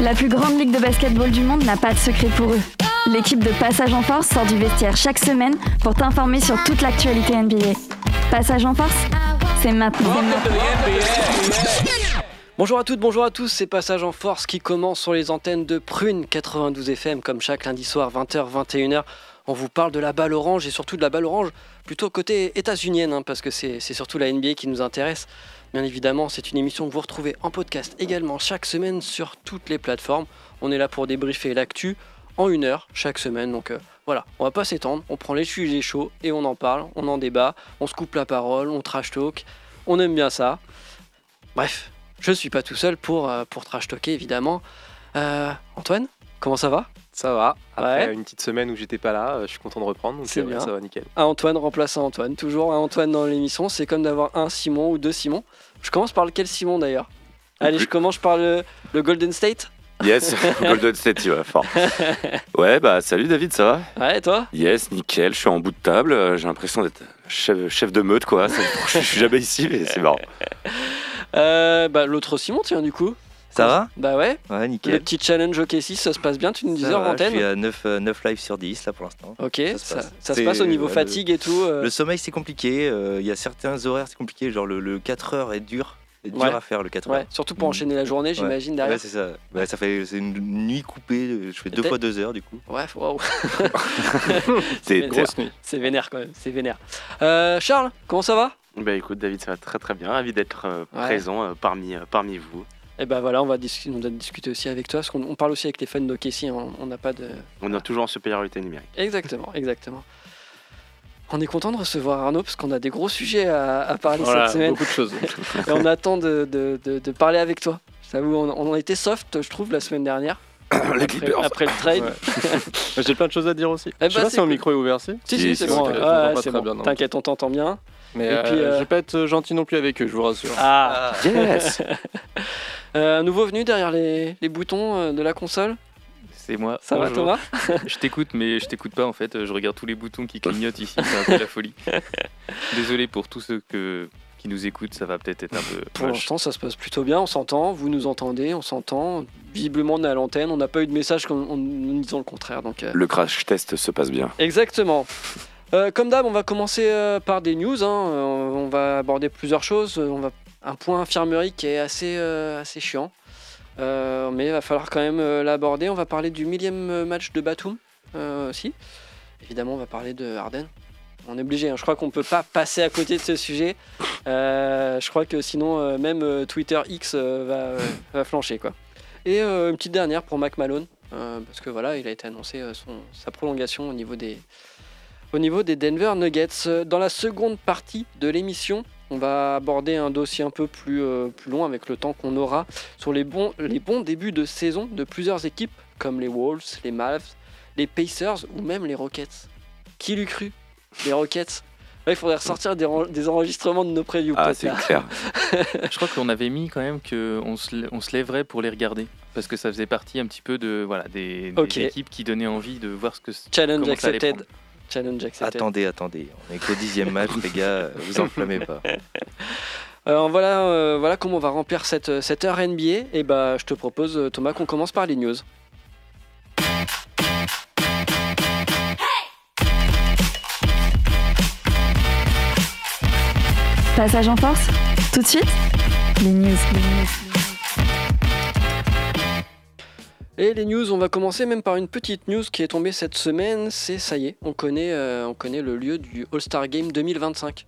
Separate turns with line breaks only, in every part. La plus grande ligue de basketball du monde n'a pas de secret pour eux. L'équipe de Passage en Force sort du vestiaire chaque semaine pour t'informer sur toute l'actualité NBA. Passage en Force, c'est maintenant.
Bonjour à toutes, bonjour à tous, c'est Passage en Force qui commence sur les antennes de Prune 92 FM comme chaque lundi soir 20h 21h. On vous parle de la balle orange et surtout de la balle orange plutôt côté états-unienne hein, parce que c'est c'est surtout la NBA qui nous intéresse. Bien évidemment, c'est une émission que vous retrouvez en podcast également chaque semaine sur toutes les plateformes. On est là pour débriefer l'actu en une heure chaque semaine. Donc euh, voilà, on va pas s'étendre, on prend les sujets chauds et on en parle, on en débat, on se coupe la parole, on trash talk, on aime bien ça. Bref, je suis pas tout seul pour, euh, pour trash talker évidemment. Euh, Antoine, comment ça va
Ça va. Après
Ouais.
une petite semaine où j'étais pas là, euh, je suis content de reprendre. Donc
C'est
euh, ouais,
bien.
ça va nickel.
Un Ah, Antoine remplaçant Antoine, toujours un Antoine dans l'émission, c'est comme d'avoir un Simon ou deux Simon. Je commence par lequel Simon d'ailleurs Allez, je commence par le, le Golden State.
Yes, Golden State, il va fort. Ouais, bah salut David, ça va
Ouais, toi
Yes, nickel, je suis en bout de table, euh, j'ai l'impression d'être chef, chef de meute, quoi. C'est- Je suis jamais ici, mais c'est marrant.
Euh, bah, L'autre Simon, tiens, du coup.
Ça va
Bah ouais,
Ouais,
le
nickel.
petit challenge ok 6 ça se passe bien, tu nous disais
Ça
en
va, je
antenne.
suis à 9, euh, 9 lives sur 10 là pour l'instant.
Ok,
Ça se
ça,
passe.
ça se
C'est-
passe au niveau
ouais, le-
fatigue et tout. euh,
Le sommeil c'est compliqué, euh, il y a certains horaires c'est compliqué, genre le, le 4 heures est dur, est dur
Ouais.
à faire le 4
ouais,
heures.
surtout pour enchaîner la journée, j'imagine,
Ouais,
derrière.
c'est ça. Bah, ça fait c'est une nuit coupée, euh, je fais deux
Peut-être.
fois deux heures du coup.
Ouais, waouh,
T'es- t'es-
Grosse nuit.
c'est vénère quand même, c'est vénère. Euh, Charles, comment ça va
Bah écoute David, ça va très très bien, ravi d'être euh,
Ouais.
présent euh, parmi, euh, parmi vous.
Et ben voilà, on va, dis- on va discuter aussi avec toi, parce qu'on on parle aussi avec les fans d'Hockey si on on n'a pas de...
On est toujours en supériorité numérique.
Exactement, exactement. On est content de recevoir Arnaud, parce qu'on a des gros sujets à, à parler
Voilà,
cette semaine,
beaucoup de choses.
et on attend de, de- de- de parler avec toi. Je t'avoue, on, on était soft, je trouve, la semaine dernière,
Les
après,
Clippers.
après le trade.
Ouais. J'ai plein de choses à dire aussi.
Eh
je
bah,
sais pas
c'est
si mon
cool.
micro est ouvert, si.
Si,
Si,
si, c'est
si,
bon,
ok,
ouais,
je comprends
ouais,
pas
c'est
très
bon.
bien, non.
t'inquiète, on t'entend bien.
Mais
Et
euh,
puis, euh,
je vais pas être gentil non plus avec eux, je vous rassure.
Ah,
Yes
Euh, un nouveau venu derrière les, les boutons euh, de la console.
C'est moi.
Ça va
Bonjour.
Thomas
Je t'écoute, mais je t'écoute pas en fait. Je regarde tous les boutons qui clignotent ici. C'est un peu la folie. Désolé pour tous ceux que, qui nous écoutent. Ça va peut-être être un peu.
Pour
moche.
l'instant, ça se passe plutôt bien. On s'entend, vous nous entendez, on s'entend. Visiblement, on est à l'antenne. On n'a pas eu de message comme- en nous disant le contraire. Donc, euh,
Le crash test se passe bien.
Exactement. Euh, comme d'hab, on va commencer euh, par des news. hein. Euh, on va aborder plusieurs choses. Euh, On va un point infirmerie qui est assez euh, assez chiant, Euh, mais il va falloir quand même euh, l'aborder. On va parler du millième euh, match de Batum euh, aussi. Évidemment, on va parler de Harden. On est obligé. hein. Je crois qu'on peut pas passer à côté de ce sujet. Euh, je crois que sinon, euh, même euh, Twitter X euh, va, euh, va flancher quoi. Et euh, une petite dernière pour Mac Malone. euh, parce que voilà, il a été annoncé euh, son, sa prolongation au niveau des, au niveau des Denver Nuggets. Euh, Dans la seconde partie de l'émission, on va aborder un dossier un peu plus, euh, plus long avec le temps qu'on aura sur les bons, les bons débuts de saison de plusieurs équipes comme les Wolves, les Mavs, les Pacers ou même les Rockets. Qui l'eût cru Les Rockets Là, il faudrait ressortir des, ren- des enregistrements de nos previews.
Ah,
peut-être,
c'est
là.
clair.
Je crois qu'on avait mis quand même qu'on se, lè- on se lèverait pour les regarder. Parce que ça faisait partie un petit peu de, voilà, des, des
Ok.
équipes qui donnaient envie de voir ce que c-
Challenge
comment ça allait
accepted.
prendre.
Challenge accepted.
Attendez, attendez, on est qu'au dixième match les gars, euh, vous enflammez pas.
Alors voilà, euh, voilà comment on va remplir cette, euh, cette heure NBA. Et bah, je te propose, euh, Thomas, qu'on commence par les news.
Passage en Force, tout de suite, les news.
Et les news, on va commencer même par une petite news qui est tombée cette semaine. C'est ça y est, on connaît, euh, on connaît le lieu du All-Star Game 2025.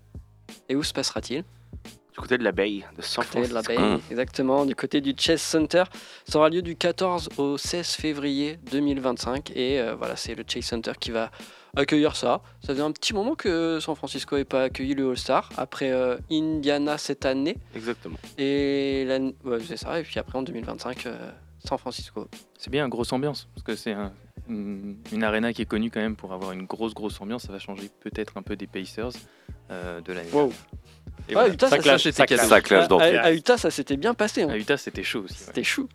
Et où se passera-t-il
Du côté de la baie, de San
côté de la
Francisco. Hein,
baie,
Mm.
exactement, du côté du Chess Center. Ça aura lieu du 14 au 16 février 2025. Et euh, voilà, c'est le Chase Center qui va accueillir ça. Ça faisait un petit moment que San Francisco n'ait pas accueilli le All-Star, après euh, Indiana cette année.
Exactement.
Et l'année- ouais, c'est ça, et puis après en 2025, euh, San Francisco.
C'est bien une grosse ambiance. Parce que c'est un- une, une arena qui est connue quand même pour avoir une grosse, grosse ambiance. Ça va changer peut-être un peu des Pacers euh, de l'année.
Wow.
dernière.
Ah,
Et voilà.
Utah, ça,
Ça clash,
ça-
c'était cadeau.
Ça clash
à,
d'entrée.
à Utah, ça s'était bien passé. hein.
À Utah, c'était chaud aussi. ouais.
C'était chou.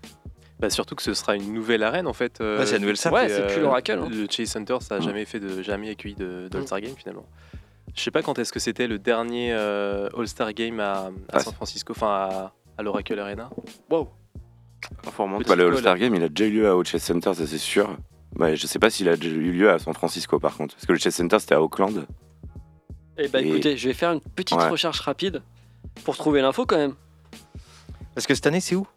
Bah, surtout que ce sera une nouvelle arène en fait. euh,
Ouais, c'est la nouvelle salle.
Ouais,
Et,
c'est
euh,
plus l'Oracle. hein. Mm.
Le Chase Center, ça a
Mm.
jamais fait de jamais accueilli de, de All-Star Game finalement. Je sais pas quand est-ce que c'était le dernier euh, All-Star Game à, à
Ah,
San Francisco, enfin à, à l'Oracle Arena.
Wow. ah,
Informante.
Bah, le All-Star Game, il a déjà eu lieu à au Chase Center, ça c'est sûr. Bah, je sais pas s'il a déjà eu lieu à San Francisco par contre. Parce que le Chase Center c'était à Auckland.
Eh bah
Et-
écoutez, je vais faire une petite
Ouais.
recherche rapide pour trouver l'info quand même.
Parce que cette année, c'est où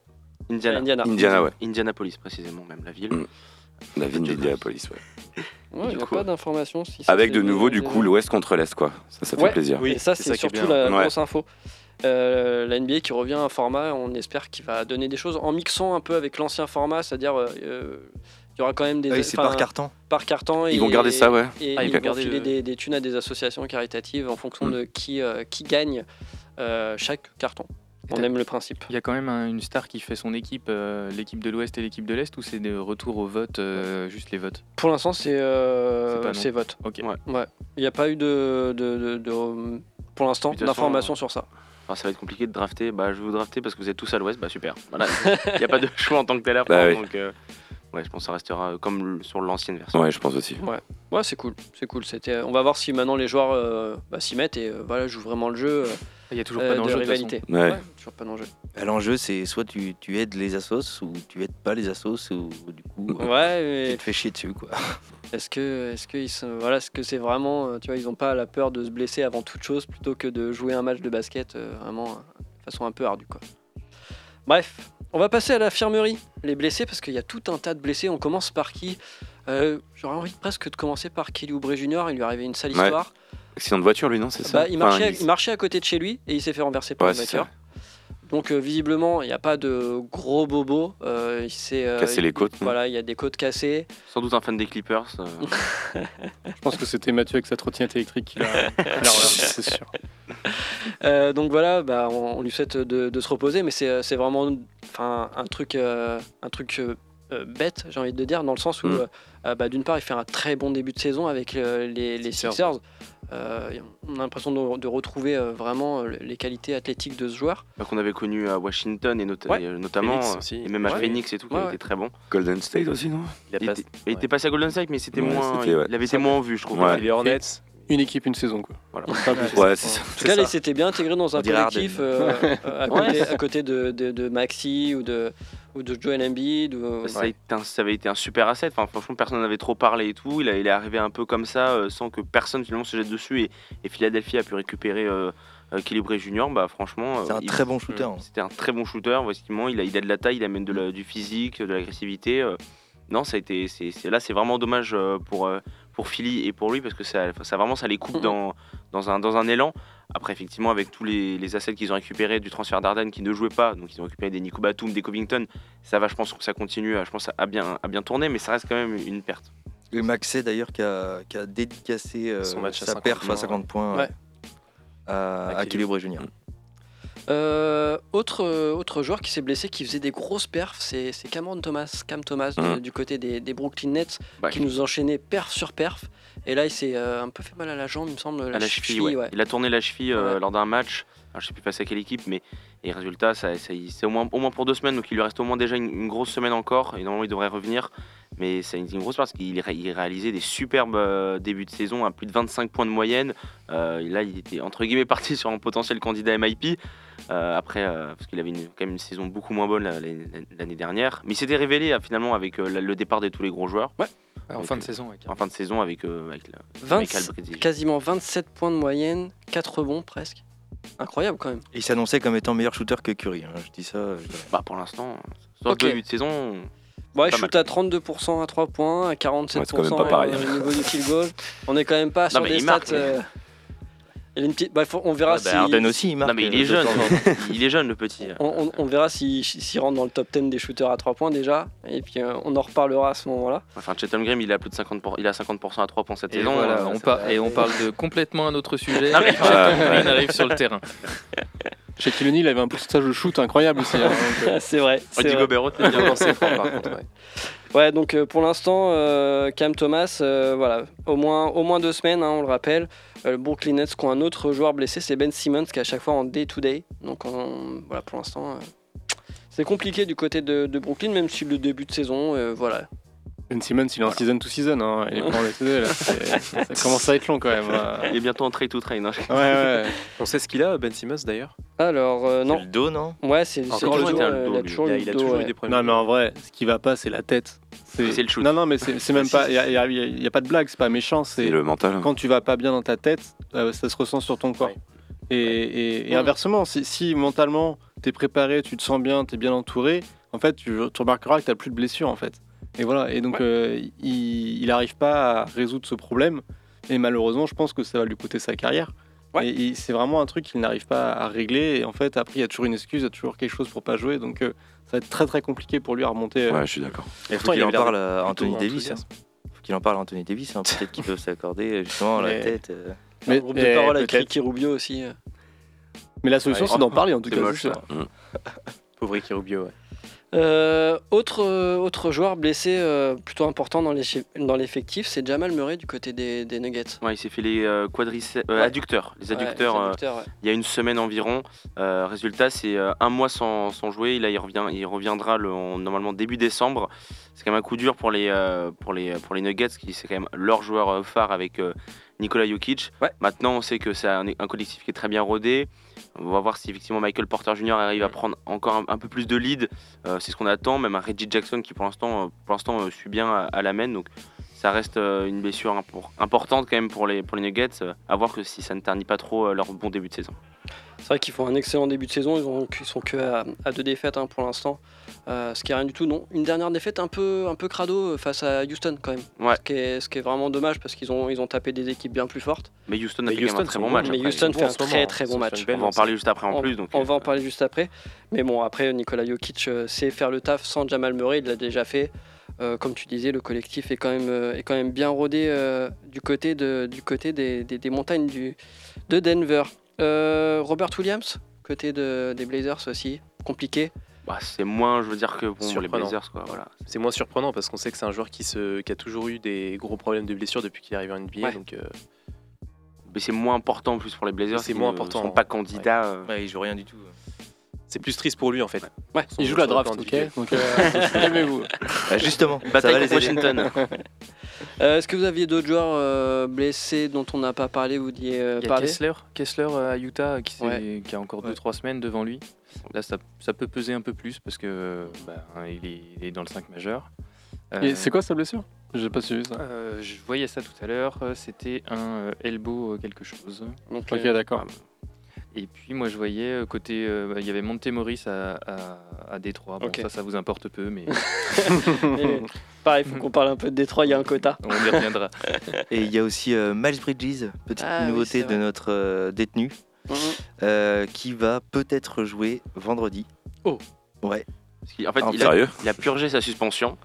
Indiana.
Indiana.
Indiana, ouais.
Indianapolis, précisément, même la ville.
Mm. La ville d'Indianapolis, ouais.
Ouais,
Du
il n'y a
coup,
pas d'informations. si ça,
Avec
c'est
de nouveau, du
des-
coup, l'Ouest contre l'Est, quoi. Ça, ça fait
Ouais.
plaisir.
et ça,
c'est
c'est
ça qui est
surtout
bien.
la
Ouais.
grosse info. Euh, la NBA qui revient à un format, on espère qu'il va donner des choses en mixant un peu avec l'ancien format, c'est-à-dire euh, il y aura quand même des
Ah oui, C'est
enfin,
par carton.
par carton.
Ils
et-
vont garder ça, ouais.
Et
Ah, ils
ils
vont
vont
garder
filer
le- Hmm.
des, des thunes à des associations caritatives en fonction
Mm.
de qui, euh, qui gagne euh, chaque carton.
Et
On
t'as-
aime le principe.
Il y a quand même un- une star qui fait son équipe, euh, l'équipe de l'Ouest et l'équipe de l'Est, ou c'est de retour au vote, euh, juste les votes
Pour l'instant, c'est
C'est pas
euh,
non.
c'est vote.
Ok.
Ouais. Il n'y a pas eu de, de, de- de- pour l'instant
De toute façon,
d'informations sur ça.
Enfin, ça va être compliqué de drafter. Bah, je vais vous drafter parce que vous êtes tous à l'ouest. Bah, super. Voilà. Il n'y a pas de choix en tant que tel
Bah
à prendre,
oui.
Donc, euh, ouais, je pense que ça restera euh, comme le- sur l'ancienne version.
Ouais, je pense aussi.
Ouais, c'est cool, c'est cool. C'était, on va voir si maintenant les joueurs euh, bah, s'y mettent et euh, voilà, jouent vraiment le jeu. euh,
Il n'y a toujours
euh,
pas
de
d'enjeu de toute façon.
rivalité.
Ouais.
toujours pas d'enjeu.
Bah, L'enjeu, c'est soit tu, tu aides les assos ou tu aides pas les assos ou du coup, euh, tu
Ouais,
te fais chier dessus. Quoi.
mais est-ce que, est-ce que ils sont- voilà, est-ce que c'est vraiment, euh, tu vois, ils ont pas la peur de se blesser avant toute chose plutôt que de jouer un match de basket euh, vraiment euh, de façon un peu ardue quoi. Bref, on va passer à l'infirmerie, les blessés parce qu'il y a tout un tas de blessés. On commence par qui Euh, J'aurais envie presque de commencer par Kelly Oubre Junior. Il lui est arrivé une sale
Ouais.
histoire.
Accident de voiture, lui, non C'est ça
Bah, il,
Enfin,
marchait,
il-
il marchait à côté de chez lui et il s'est fait renverser par
Ouais,
une
c'est
voiture. Donc euh, visiblement, il n'y a pas de gros bobo. euh, il s'est euh,
Casser les côtes. non
Voilà, il y a des côtes cassées.
Sans doute un fan des Clippers. euh,
Je pense que c'était Mathieu avec sa trottinette électrique qui l'a qui l'a renversé, c'est sûr.
Euh, donc voilà, bah, on, on lui souhaite de, de se reposer, mais c'est euh, c'est vraiment enfin, un truc, euh, un truc euh, euh, bête, j'ai envie de dire, dans le sens où,
Mm.
euh, euh, bah, d'une part, il fait un très bon début de saison avec euh, les, les
Sixers.
Sixers. Euh, on a l'impression de, de retrouver euh, vraiment les qualités athlétiques de ce joueur.
bah, qu'on avait connu à Washington et, not-
Ouais.
et, euh, notamment.
Phoenix
euh,
aussi.
Et même à
Ouais.
Phoenix et tout, qui
Ouais,
était
ouais.
très bon.
Golden State aussi, non
Il a
Il,
pas-
était, il était passé à Golden State, mais c'était
Ouais,
moins.
c'était, ouais.
Il avait été moins en vue, je trouve.
Ouais.
Les Hornets.
Une équipe, une saison, quoi.
Voilà.
Pas plus.
Ouais, c'est ça.
En tout cas, là, il s'était bien intégré dans
On
un
dirait
collectif euh, euh, à côté, à côté de, de- de Maxi ou de, ou de Joel Embiid. ou-
Ça, a été un- ça avait été un super asset. Enfin, franchement, personne n'avait trop parlé et tout. Il, a- il est arrivé un peu comme ça, euh, sans que personne finalement se jette dessus. Et, et Philadelphie a pu récupérer euh, euh, Kilibre Junior. Bah, franchement, euh,
C'est un
il-
très bon shooter.
Mm.
hein.
c'était un très bon shooter. Effectivement, il a, il a de la taille, il amène de la- du physique, de l'agressivité. euh. Non, ça a été. c'est c'est- là, c'est vraiment dommage euh, pour euh, pour Philly et pour lui parce que ça, ça vraiment, ça les coupe
Mhm.
dans dans un dans un élan. Après, effectivement, avec tous les, les assets qu'ils ont récupérés du transfert d'Arden qui ne jouait pas, donc ils ont récupéré des Nico Batum, des Covington, ça va, je pense que ça continue, à- je pense, à bien, à bien tourner, mais ça reste quand même une perte.
Et Maxé d'ailleurs qui a, qui a dédicacé euh,
Son match à
sa
50
perf à
points.
50 points
Ouais.
à,
À
à Kilibre Junior.
Euh, autre, euh, autre joueur qui s'est blessé, qui faisait des grosses perfs, c'est c'est Cameron Thomas, Cam Thomas de-
Mhm.
du côté des, des Brooklyn Nets,
Mmh. Ouais.
qui nous enchaînait perf sur perf. Et là, il s'est euh, un peu fait mal à la jambe, il me semble.
À la cheville, ouais.
ouais.
Il a tourné la cheville euh,
Ouais.
lors d'un match. Alors, je sais plus passer à quelle équipe, mais et résultat, ça, ça- il- c'est au moins, au moins pour deux semaines, donc il lui reste au moins déjà une, une grosse semaine encore. Et normalement, il devrait revenir, mais c'est une, une grosse parce qu'il ré- il réalisait des superbes euh, débuts de saison à plus de 25 points de moyenne. Euh, et là, il était entre guillemets parti sur un potentiel candidat MIP. euh, après, euh, parce qu'il avait une- quand même une saison beaucoup moins bonne la- la- l'année dernière, mais il s'était révélé euh, finalement avec euh, la- le départ de tous les gros joueurs
En fin de saison, ouais,
en fin de saison avec, euh, avec, la-
20
avec Albridge.
Quasiment 27 points de moyenne, 4 rebonds presque. Incroyable quand même.
Et Il s'annonçait comme étant meilleur shooter que Curry. hein. Je dis ça. euh, je-
Bah pour l'instant, sur
Ok.
le début de saison,
Bon, il
Pas
shoot à 32% à 3 points, à 47%
Ouais, c'est quand même pas pareil.
euh, au niveau du field goal. On est quand même pas sur
mais
des
il
stats.
marque,
euh, Il y a une petite... bah, faut- on verra
Ah, bah,
si-
Harden aussi, il marque.
non mais il
euh,
est
de
jeune,
temps en temps.
il est jeune le petit.
On, on- on verra s'il si, s'il rentre dans le top 10 des shooters à 3 points déjà, et puis euh, on en reparlera à ce moment-là.
Enfin Chatham Grimm, il a plus de 50 pour- il a 50% à 3 points cette
Et,
saison.
voilà,
euh,
on
ça-
par- et on parle de complètement un autre sujet.
Non, mais-
Et Chatham
Ouais,
Green
ouais.
arrive sur le terrain.
Shaquille O'Neal avait un pourcentage de shoot incroyable aussi. hein, donc, euh,
c'est vrai. c'est
Rudy
vrai.
Gobert,
Il est bien dans ses formes, par contre. ouais.
Ouais, donc euh, pour l'instant, euh, Cam Thomas, euh, voilà, au moins, au moins deux semaines, hein, on le rappelle. Euh, le Brooklyn Nets qui ont un autre joueur blessé, c'est Ben Simmons qui est à chaque fois en day-to-day. Donc on- voilà, pour l'instant, euh, c'est compliqué du côté de, de Brooklyn, même si le début de saison, euh, voilà.
ben Simmons, il est en season to season. Hein. Il est pas en LTD, là. C'est- Ça commence à être long quand même. hein.
il est bientôt en trade to train. hein.
Ouais, ouais.
On sait ce qu'il a, Ben Simmons d'ailleurs
Alors, euh,
C'est
non.
le dos, non
Ouais, c'est
Encore
c'est
toujours été un
euh,
dos,
il a
lui.
toujours
Il a-
eu
il
le
a
dos,
toujours eu
ouais.
des problèmes.
Non, mais en vrai, ce qui va pas, c'est la tête.
C'est le shoot.
Non, non, mais c'est c'est même pas. Il n'y a, y a- y a pas de blague, c'est pas méchant.
C'est
C'est
le mental. hein.
quand tu vas pas bien dans ta tête, euh, ça se ressent sur ton corps. Et, et- et
Ouais.
inversement, si, si mentalement t'es préparé, tu te sens bien, t'es bien entouré, en fait, tu, tu remarqueras que t'as plus de blessures en fait. Et voilà. Et donc, euh, il n'arrive pas à résoudre ce problème. Et malheureusement, je pense que ça va lui coûter sa carrière.
Ouais.
Et il- c'est vraiment un truc qu'il n'arrive pas à régler. Et en fait, après, il y a toujours une excuse, il y a toujours quelque chose pour pas jouer. Donc, euh, ça va être très très compliqué pour lui à remonter. euh,
Ouais, je suis d'accord.
Il faut
pourtant,
qu'il
il
en
avait l'air
parle à Anthony
plutôt
Davis. hein. Faut qu'il en parle à Anthony Davis. hein. Peut-être qu'ils peuvent s'accorder justement la
Mais-
tête. euh.
Mais-
Un groupe de
eh,
parole avec
peut-être.
Ricky Rubio aussi. euh.
Mais la solution,
Ouais.
c'est d'en parler en tout
C'est
cas.
moche,
c'est
ça.
sûr.
Pauvre Ricky Rubio, ouais.
Euh, autre, euh, autre joueur blessé euh, plutôt important dans les chi- dans l'effectif, c'est Jamal Murray du côté des, des Nuggets.
Ouais, il s'est fait les euh, quadriceps, euh,
Ouais.
adducteurs, les adducteurs
Ouais,
euh,
les adducteurs, ouais.
il y a une semaine environ. Euh, résultat, c'est euh, un mois sans, sans jouer. Là, il revient, il reviendra le, en- normalement début décembre. C'est quand même un coup dur pour les euh, pour les pour les Nuggets, qui c'est quand même leur joueur euh, phare avec euh, Nikola Jokic.
Ouais.
Maintenant, on sait que c'est un, un collectif qui est très bien rodé. On va voir si effectivement Michael Porter Jr. arrive à prendre encore un, un peu plus de lead. Euh, c'est ce qu'on attend. Même un Reggie Jackson qui pour l'instant euh, pour l'instant euh, suit bien à, à la main. Donc ça reste euh, une blessure impor- importante quand même pour les, pour les Nuggets. Euh, à voir que si ça ne ternit pas trop euh, leur bon début de saison.
C'est vrai qu'ils font un excellent début de saison, ils, ont- ils sont que à, à deux défaites hein, pour l'instant, Euh, ce qui est rien du tout. Non, une dernière défaite un peu, un peu crado euh, face à Houston quand même.
Ouais.
Ce, qui est, ce qui est vraiment dommage parce qu'ils ont, ils ont tapé des équipes bien plus fortes.
Mais Houston a
Mais
fait quand même
Houston,
un très
c'est
bon
bon,
match.
mais
après.
Houston
Ils sont
fait
bons en
un
ce moment,
très
hein.
très
Ils
bon
sont
match.
sur une belle
on va en
lancée.
parler juste après en
On-
plus. Donc,
on va en
euh,
parler juste après. Mais bon, après, Nicolas Jokic euh, sait faire le taf sans Jamal Murray, il l'a déjà fait. Euh, comme tu disais, le collectif est quand même, euh, est quand même bien rodé euh, du côté, de, du côté des, des- des montagnes du, de Denver. Euh, Robert Williams, côté de- des Blazers aussi, compliqué.
bah, c'est moins, je veux dire, que bon, les
Surprenant.
Blazers. Quoi, voilà.
C'est moins surprenant parce qu'on sait que c'est un joueur qui, se, qui a toujours eu des gros problèmes de blessures depuis qu'il est arrivé en NBA.
Ouais.
Donc, euh,
Mais c'est moins important en plus pour les Blazers.
C'est
qui
moins
ne
important,
sont
hein.
pas candidats. euh,
Ouais, il joue rien du tout.
c'est plus triste pour lui en fait.
Ouais,
Son-
Il joue
son
la draft,
plan
ok
individuel.
Donc, euh, calmez-vous.
Ah, justement, ça va
Bataille
les
contre
aider.
Washington.
Euh, Est-ce que vous aviez d'autres joueurs euh, blessés dont on n'a pas parlé Vous disiez euh,
Il y a
parler
Kessler, Kessler euh, à Utah qui, s'est- qui a encore
Ouais.
2-3 semaines devant lui. Là, ça, ça peut peser un peu plus parce que bah, hein, il, est, il est dans le 5 majeur. Euh,
Et c'est quoi sa blessure J'ai pas suivi ça.
euh, Je voyais ça tout à l'heure. euh, C'était un euh, elbow euh, quelque chose.
Donc,
Ok,
euh,
d'accord.
Et puis moi je voyais euh, côté, euh, bah, il y avait Montemoris à, à, à Détroit. Bon,
Ok.
ça, ça vous importe peu, mais
et- eh, pareil,
Mm.
il faut qu'on parle un peu de Détroit, il y a un quota.
on y reviendra.
Et il y a aussi euh, Miles Bridges, petite
Ah oui,
nouveauté
c'est
de
vrai.
notre euh, détenu,
Mm.
euh, qui va peut-être jouer vendredi.
Parce qu'il- en fait,
Ah,
il, a,
Sérieux
il a purgé sa suspension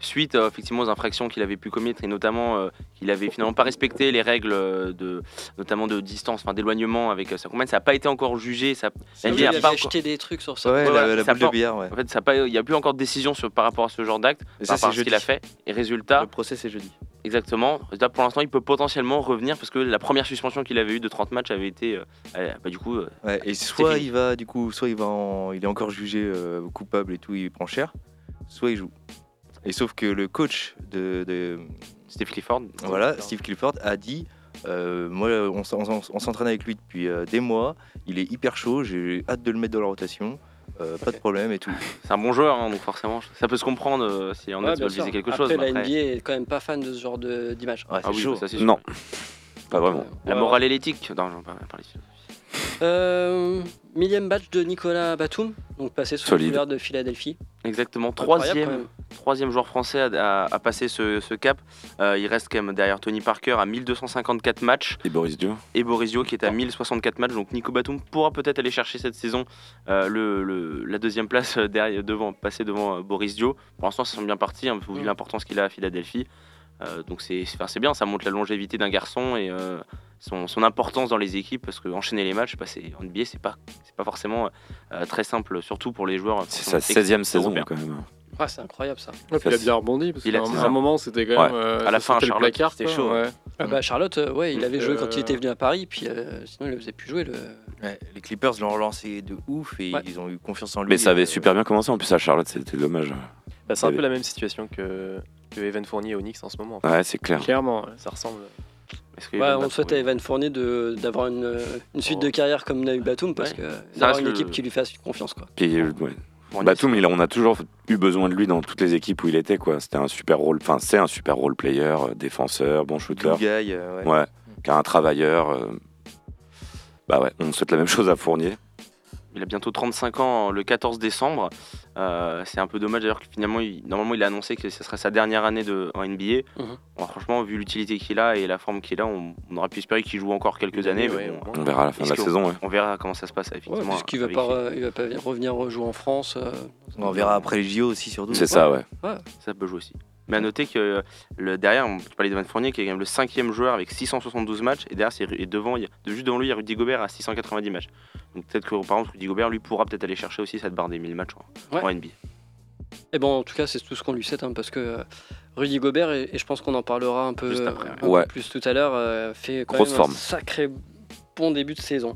suite euh, effectivement aux infractions qu'il avait pu commettre et notamment euh, qu'il avait finalement pas respecté les règles euh, de notamment de distance, enfin d'éloignement avec euh, sa compagne. Ça n'a pas été encore jugé. Ça,
Ah
la
oui,
NBA
il
a
avait
pas encore-
acheté des trucs sur ça.
Ouais,
voilà,
la, la
ça
boule de
part-
billard, ouais.
En fait, ça a pas- il n'y a plus encore de décision sur- par rapport à ce genre d'acte,
Et
par
ça,
rapport
c'est
à ce
jeudi.
qu'il a fait. Et résultat,
Le procès, c'est jeudi.
Exactement. Là, pour l'instant, il peut potentiellement revenir parce que la première suspension qu'il avait eue de 30 matchs avait été. euh, euh, bah, du coup, euh,
Ouais, et soit
fini.
il va, du coup, soit il va, en- il est encore jugé euh, coupable et tout, il prend cher, soit il joue. Et sauf que le coach de, de-
Steve Clifford. euh,
voilà, Steve Clifford a dit, euh, moi, on, s'en- on s'en- on s'entraîne avec lui depuis euh, des mois, il est hyper chaud, j'ai hâte de le mettre dans la rotation, euh, pas de problème et tout.
C'est un bon joueur, hein, donc forcément, ça peut se comprendre euh, si on
Ouais,
a
bien
viser
sûr.
quelque
Après,
chose. mais
la
après-
NBA est quand même pas fan de ce genre de- d'image.
Ouais, c'est
Ah oui,
chaud.
bah, ça, c'est sûr.
Non. Pas vraiment.
La
Ouais.
morale et l'éthique. Non, j'en parle parle ici.
Euh, millième batch de Nicolas Batum, donc passé sous le
Solide.
couleur de Philadelphie.
Exactement.
Incroyable, quand
Troisième.
même.
troisième joueur français à, à- à passer ce, ce cap. Euh, il reste quand même derrière Tony Parker à 1254 matchs
Et Boris Dio
et Borisio qui est à 1064 matchs. Donc Nico Batum pourra peut-être aller chercher cette saison euh, le, le- la deuxième place euh, derrière, devant, passer devant euh, Borisio. Pour l'instant, ça semble bien parti, hein, vu
Mm.
l'importance qu'il a à Philadelphie. Euh, donc c'est c'est- enfin, c'est bien, ça montre la longévité d'un garçon et euh, son, son importance dans les équipes parce que enchaîner les matchs, bah, c'est- en NBA, c'est pas, c'est pas forcément euh, très simple, surtout pour les joueurs.
C'est sa
forcément
16 e saison
européens.
quand même.
Ah, c'est incroyable ça.
Ouais, puis il a bien rebondi parce
Il a-
qu'à
c'est
un,
ça.
un moment c'était quand même. euh,
À
ça
la fin,
sortait
Charlotte, hein.
le placard,
c'était
quoi,
chaud.
ouais.
Ah bah, Charlotte, euh, ouais, il
Donc,
avait joué
euh,
quand il était venu à Paris, puis euh, sinon il le faisait plus jouer. Le...
Ouais, les Clippers l'ont relancé de ouf et
Ouais.
ils ont eu confiance en lui.
Mais ça
euh,
avait super bien commencé en plus à Charlotte, c'était dommage.
Bah, c'est un
Oui.
peu la même situation que, que Evan Fournier et Knicks en ce moment. en fait.
Ouais, c'est clair.
Clairement. ouais.
Ça ressemble.
Est-ce qu'il
Ouais,
va
on
pas
souhaite à
trouver
Evan Fournier de- d'avoir une, euh, une suite
Oh.
de carrière comme Naï Batum parce
Ouais.
que
Ça
d'avoir
reste
une
le-
équipe qui lui fasse confiance. Quoi.
Puis, euh, ouais.
pour un
Batum,
Nice.
il a- on a toujours eu besoin de lui dans toutes les équipes où il était. quoi. C'était un super rôle, enfin c'est un super rôle player, euh, défenseur, bon shooter,
Good guy, euh, ouais.
ouais, qui a un travailleur. euh. Bah ouais, on souhaite la même chose à Fournier.
Il a bientôt 35 ans le 14 décembre. Euh, c'est un peu dommage d'ailleurs que finalement, il- normalement, il a annoncé que ce serait sa dernière année de, en NBA.
Mhm.
Bon, franchement, vu l'utilité qu'il a et la forme qu'il a, on, on aurait pu espérer qu'il joue encore quelques
Une
années.
année,
mais
ouais,
bon,
au moins.
On verra à la fin de la
Est-ce que-
saison. ouais.
on verra comment ça se passe effectivement.
parce qu'il ne va,
avec-
pas re- il va pas revenir jouer en France. euh,
On verra après les JO aussi, surtout.
C'est ça, ouais.
Ça peut jouer aussi. Mais à noter que le, derrière, on- tu parlais de Van Fournier qui est quand même le cinquième joueur avec 672 matchs et derrière, c'est, Ru- et devant, il y a- juste devant lui, il y a Rudy Gobert à 690 matchs. Donc peut-être que par exemple, Rudy Gobert lui pourra peut-être aller chercher aussi cette barre des 1000 matchs en,
Ouais.
en
Et
NBA.
bon, Eh ben, en tout cas, c'est tout ce qu'on lui souhaite hein, parce que euh, Rudy Gobert, et, et je pense qu'on en parlera un peu, euh,
Juste après, hein.
un
ouais.
peu
Ouais.
plus tout à l'heure, euh, fait quand
Grosse
même
forme.
un sacré bon début de saison.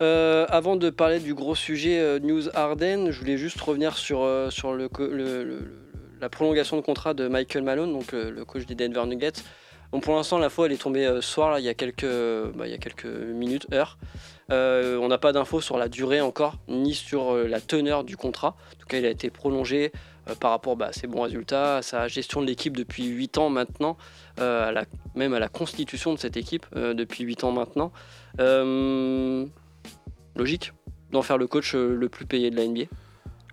Euh, avant de parler du gros sujet euh, News Harden, je voulais juste revenir sur, euh, sur le, co- le- le- le- la prolongation de contrat de Michael Malone, donc euh, le coach des Denver Nuggets. Bon, pour l'instant, la fois elle est tombée euh, ce soir, là, il, y a quelques, bah, il y a quelques minutes, heures. Euh, on n'a pas d'infos sur la durée encore, ni sur euh, la teneur du contrat. En tout cas, il a été prolongé euh, par rapport bah, à ses bons résultats, à sa gestion de l'équipe depuis 8 ans maintenant, euh, à la- même à la constitution de cette équipe euh, depuis 8 ans maintenant. Euh, logique d'en faire le coach euh, le plus payé de la NBA.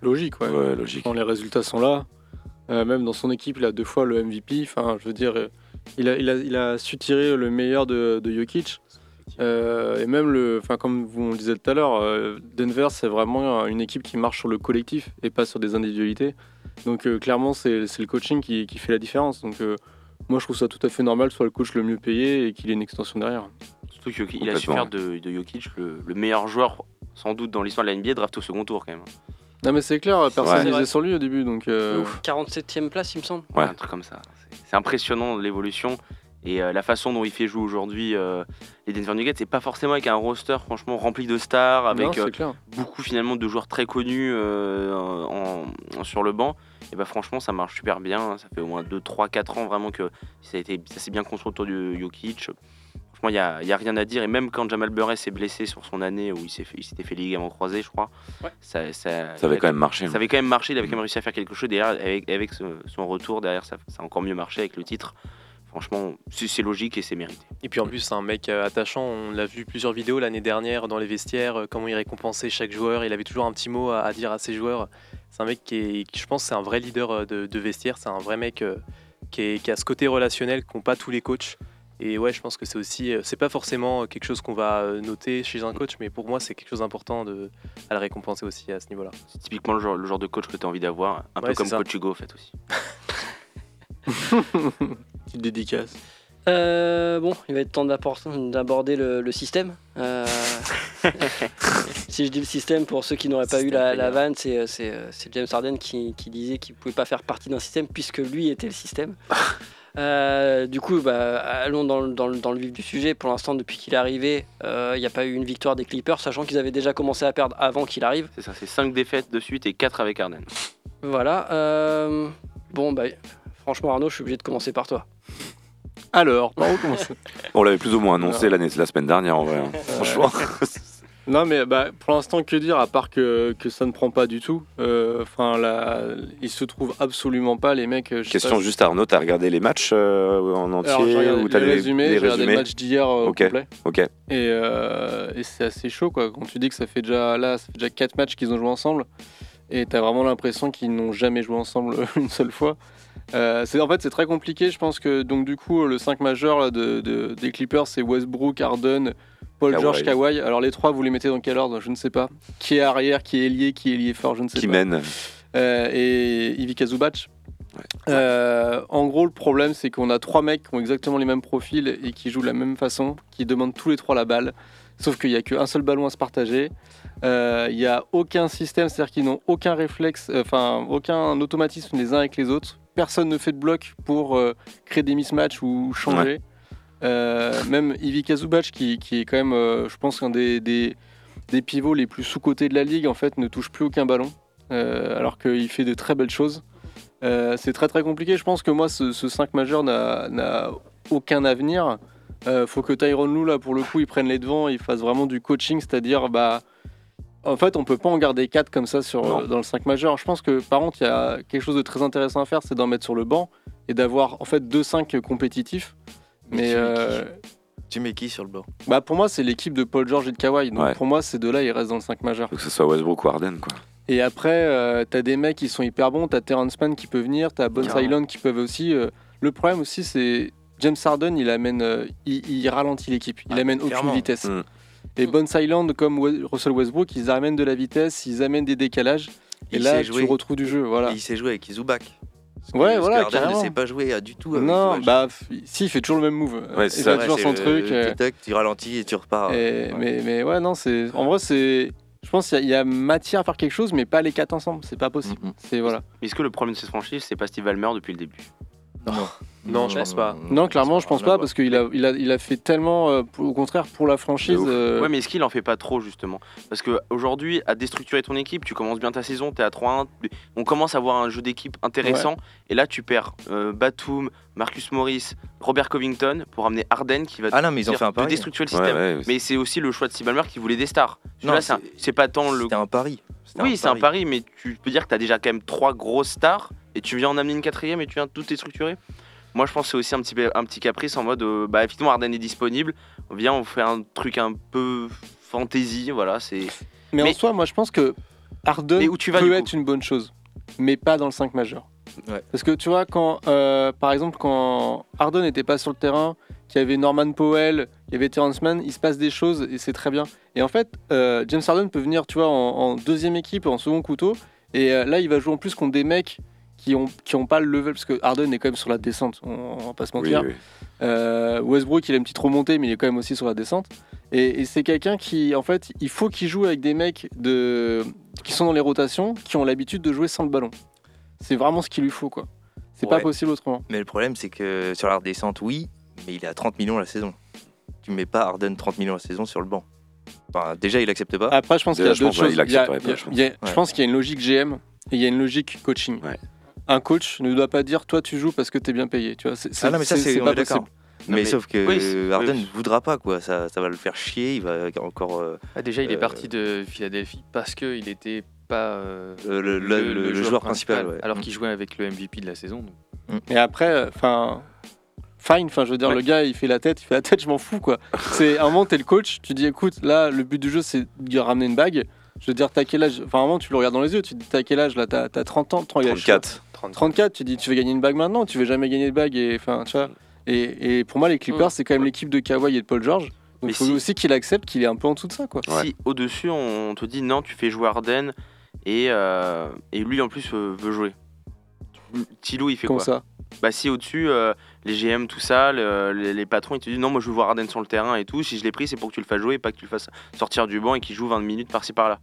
Logique, ouais.
Ouais, logique.
Quand les résultats sont là, euh, même dans son équipe, il a deux fois le MVP. Enfin, je veux dire, euh, il a, il a, il a su tirer le meilleur de, de Jokic. Euh, et même, le, enfin, comme vous on le disait tout à l'heure, euh, Denver, c'est vraiment une équipe qui marche sur le collectif et pas sur des individualités. Donc, euh, clairement, c'est c'est le coaching qui, qui fait la différence. Donc, euh, moi, je trouve ça tout à fait normal, soit le coach le mieux payé et qu'il ait une extension derrière.
Surtout qu'il a su
Complètement.
faire de, de Jokic le, le meilleur joueur sans doute dans l'histoire de la NBA draft au second tour quand même.
Non, mais c'est clair, personne
Ouais.
ne
C'est vrai.
misait sur lui au début. Donc, euh,
47e place, il me semble.
Ouais.
Un truc comme ça. C'est- C'est impressionnant l'évolution et euh, la façon dont il fait jouer aujourd'hui euh, les Denver Nuggets. C'est pas forcément avec un roster franchement rempli de stars,
non,
avec
c'est
euh,
clair.
beaucoup finalement de joueurs très connus euh, en- en- sur le banc. Et bah franchement ça marche super bien. hein. Ça fait au moins 2, 3, 4 ans vraiment que ça, a été- ça s'est bien construit autour de Jokic. Franchement, il n'y a, y a rien à dire. Et même quand Jamal Murray s'est blessé sur son année où il s'est fait- il s'était fait, ligaments croisés, je crois,
Ouais.
ça, ça,
Ça avait quand même marché. hein.
ça avait quand même marché, il avait quand même réussi à faire quelque chose derrière, avec, avec ce- son retour derrière, ça, ça a encore mieux marché avec le titre. Franchement, c'est c'est logique et c'est mérité.
Et puis en plus, c'est un mec euh, attachant. On l'a vu plusieurs vidéos l'année dernière dans les vestiaires, euh, comment il récompensait chaque joueur. Il avait toujours un petit mot à, à dire à ses joueurs. C'est un mec qui, est- qui, je pense, c'est un vrai leader euh, de, de vestiaire. C'est un vrai mec euh, qui, est- qui a ce côté relationnel qu'ont pas tous les coachs. Et ouais, je pense que c'est aussi, euh, c'est pas forcément euh, quelque chose qu'on va euh, noter chez un coach, mais pour moi, c'est quelque chose d'important de, à le récompenser aussi à ce niveau-là.
C'est typiquement le genre, le genre de coach que tu as envie d'avoir, un peu
Ouais,
comme
c'est ça.
Coach Hugo en fait aussi.
Petite dédicace.
Euh, bon, il va être temps d'appor- d'aborder le, le système. Euh, si je dis le système, pour ceux qui n'auraient pas eu la,
Système,
la
d'ailleurs.
vanne, c'est euh, c'est, euh, c'est James Harden qui, qui disait qu'il ne pouvait pas faire partie d'un système puisque lui était le système. Euh, du coup, bah, allons dans, le- dans le- dans le vif du sujet. Pour l'instant, depuis qu'il est arrivé, euh, il n'y a pas eu une victoire des Clippers, sachant qu'ils avaient déjà commencé à perdre avant qu'il arrive.
C'est ça, c'est 5 défaites de suite et 4 avec Arden.
Voilà. euh, bon, bah, franchement, Arnaud, je suis obligé de commencer par toi.
Alors, par où commencer
On l'avait plus ou moins annoncé l'année, la semaine dernière en vrai. hein. Franchement.
Non, mais bah, pour l'instant, que dire, à part que, que ça ne prend pas du tout. Euh, Enfin, là, il se trouve absolument pas, les mecs. euh, je sais
Question
pas-
juste à Arnaud, t'as regardé les matchs euh, en
Alors, j'ai
entier
regardé
ou
les
t'as les, les
résumés, j'ai regardé le
résumés
match d'hier euh, au
Ok,
complet.
ok.
Et, euh, et c'est assez chaud, quoi. Quand tu dis que ça fait déjà, là, ça fait déjà 4 matchs qu'ils ont joué ensemble, et t'as vraiment l'impression qu'ils n'ont jamais joué ensemble une seule fois. Euh, c'est- en fait, c'est très compliqué. Je pense que, donc, du coup, le 5 majeur là, de, de- des Clippers, c'est Westbrook, Harden, Paul
Kawhi.
George, Kawhi. Alors, les trois, vous les mettez dans quel ordre Je ne sais pas. Qui est arrière, qui est ailier, qui est ailier fort, je ne sais
qui
pas.
mènent.
Euh, et Ivica Zubac.
Ouais.
Euh, en gros, le problème, c'est qu'on a trois mecs qui ont exactement les mêmes profils et qui jouent de la même façon, qui demandent tous les trois la balle. Sauf qu'il n'y a qu'un seul ballon à se partager. Euh, Il n'y a aucun système, c'est-à-dire qu'ils n'ont aucun réflexe, euh, enfin aucun automatisme les uns avec les autres. Personne ne fait de bloc pour euh, créer des mismatchs ou changer. Euh, même Ivica Zubac, qui, qui est quand même, euh, je pense, un des, des, des pivots les plus sous-cotés de la ligue, en fait, ne touche plus aucun ballon, euh, alors qu'il fait de très belles choses. Euh, c'est très très compliqué. Je pense que moi, ce, ce 5 majeur n'a n'a aucun avenir. Euh, faut que Tyron Lou, là, pour le coup, il prenne les devants, il fasse vraiment du coaching, c'est-à-dire, bah. En fait, on peut pas en garder 4 comme ça sur,
Non.
euh, dans le 5 majeur. Je pense que, par contre, il y a quelque chose de très intéressant à faire, c'est d'en mettre sur le banc et d'avoir, en fait, deux 5 compétitifs. Mais. euh,
Tu mets qui sur le banc
bah, pour moi, c'est l'équipe de Paul George et de Kawhi. Donc,
Ouais.
pour moi, ces deux-là, ils restent dans le 5 majeur.
Faut que ce soit Westbrook ou Harden, quoi.
Et après, euh, t'as des mecs qui sont hyper bons, t'as Terrence Mann qui peut venir, t'as Bones
Carrément.
Island qui peuvent aussi. euh, le problème aussi, c'est James Harden, il amène, euh, il, il ralentit l'équipe, il
Ah,
amène aucune
clairement.
vitesse.
Mm.
Et Bones Island, comme We- Russell Westbrook, ils amènent de la vitesse, ils amènent des décalages, et
Il
là
sait
tu
jouer.
retrouves du jeu, voilà.
Et Il s'est joué avec Izubac. Parce que-
Ouais,
parce
voilà,
que Harden
carrément.
ne sait pas jouer ah, du tout. avec
Non,
Izubac.
bah f- si, il fait toujours le même move.
Ouais, c'est
il
ça,
fait
ouais,
toujours
c'est
son
le-
truc. euh,
tac, tac, tu ralentis et tu repars. euh,
et-
Ouais.
mais, mais ouais, non, c'est. En vrai, c'est. Je pense qu'il y, a- il y a matière à faire quelque chose, mais pas les quatre ensemble, c'est pas possible.
Mhm.
C'est voilà.
Mais Est-ce que le problème de cette franchise, c'est pas Steve Ballmer depuis le début
mm.
Non, je pense pas.
Non, clairement, je pense
rien à
pas, parce qu'il a, il a, il a fait tellement, euh, pour- au contraire, pour la franchise.
De ouf.
euh,
Ouais, mais est-ce qu'il en fait pas trop justement Parce que aujourd'hui, à déstructurer ton équipe, tu commences bien ta saison, t'es à 3-1, on commence à avoir un jeu d'équipe intéressant, et là tu perds euh, Batum, Marcus Morris, Robert Covington pour amener Harden qui va
Ah non, mais ils ont
dire
fait un
de
pari.
déstructurer le
Ouais,
système.
ouais,
Mais c'est aussi le choix de Sibalmer qui voulait des stars.
Non,
Là, c'est un-
c'est-
c'est pas tant le.
C'était un pari. C'était
Oui, c'est un pari, mais tu peux dire que t'as déjà quand même trois grosses stars et tu viens en amener une quatrième et tu viens tout déstructurer. Moi, je pense que c'est aussi un petit, peu- un petit caprice en mode, euh, bah, effectivement, Arden est disponible. On vient, on fait un truc un peu fantasy, voilà. C'est.
mais, en
mais-
soi, moi, je pense que Harden
Mais où tu vas,
Euh, peut
du
être
coup
une bonne chose, mais pas dans le 5 majeur.
Ouais.
Parce que tu vois, quand, euh, par exemple, quand Harden n'était pas sur le terrain, qu'il y avait Norman Powell, il y avait Terrence Mann, il se passe des choses et c'est très bien. Et en fait, euh, James Harden peut venir, tu vois, en, en deuxième équipe, en second couteau, et euh, là, il va jouer en plus contre des mecs qui ont, qui ont pas le level, parce que Harden est quand même sur la descente, on, on va pas se
Oui,
mentir.
oui.
Euh, Westbrook, il a une petite remontée, mais il est quand même aussi sur la descente. Et, et c'est quelqu'un qui, en fait, il faut qu'il joue avec des mecs de... qui sont dans les rotations, qui ont l'habitude de jouer sans le ballon. C'est vraiment ce qu'il lui faut, quoi. C'est pas
Ouais.
possible autrement.
Mais le problème, c'est que sur la redescente, oui, mais il est à 30 millions la saison. Tu mets pas Harden 30 millions la saison sur le banc. Enfin, déjà, il accepte pas.
Après, je pense qu'il y
Déjà,
a
je
d'autres
pense, ouais,
choses.
il
Il y a-
accepterait pas,
il y a-
je pense.
il y a- Je
Ouais.
pense qu'il y a une logique GM et il y a une logique coaching.
Ouais.
Un coach ne doit pas dire toi tu joues parce que t'es bien payé. Tu vois, c'est
Ah non, mais ça, c'est on
pas
est d'accord.
possible.
Mais,
mais-
sauf que
oui, c'est-
Harden
oui.
ne voudra pas, quoi. Ça, ça va le faire chier. Il va encore. euh,
Ah, déjà, il
Euh,
est parti de Philadelphie parce qu'il n'était pas euh,
Euh, le- le- le- le joueur principal, ouais.
alors
Mm.
qu'il jouait avec le MVP de la saison. donc.
Et après, euh, enfin, fine, enfin, je veux dire,
Ouais.
le gars, il fait la tête, il fait la tête, je m'en fous, quoi. C'est un moment, t'es le coach, tu dis, écoute, là, le but du jeu, c'est de ramener une bague. Je veux dire, t'as quel âge Enfin, vraiment, tu le regardes dans les yeux, tu te dis, t'as quel âge là T'as t'as 30 ans, 30, il a-
34.
34, tu dis, tu veux gagner une bague maintenant, tu veux jamais gagner de bague, et enfin, tu vois. Et, et pour moi, les Clippers, c'est quand même l'équipe de Kawhi et de Paul George. Donc,
Mais
il faut
si.
aussi qu'il accepte qu'il est un peu en dessous de ça, quoi.
Ouais.
Si au-dessus, on te dit non, tu fais jouer Arden et, euh, et lui en plus euh, veut jouer. Tilou, il fait
Comme
quoi
ça.
Bah, si au-dessus, euh, les GM, tout ça, le- les, les patrons, ils te disent non, moi je veux voir Arden sur le terrain et tout. Si je l'ai pris, c'est pour que tu le fasses jouer et pas que tu le fasses sortir du banc et qu'il joue 20 minutes par-ci par-là.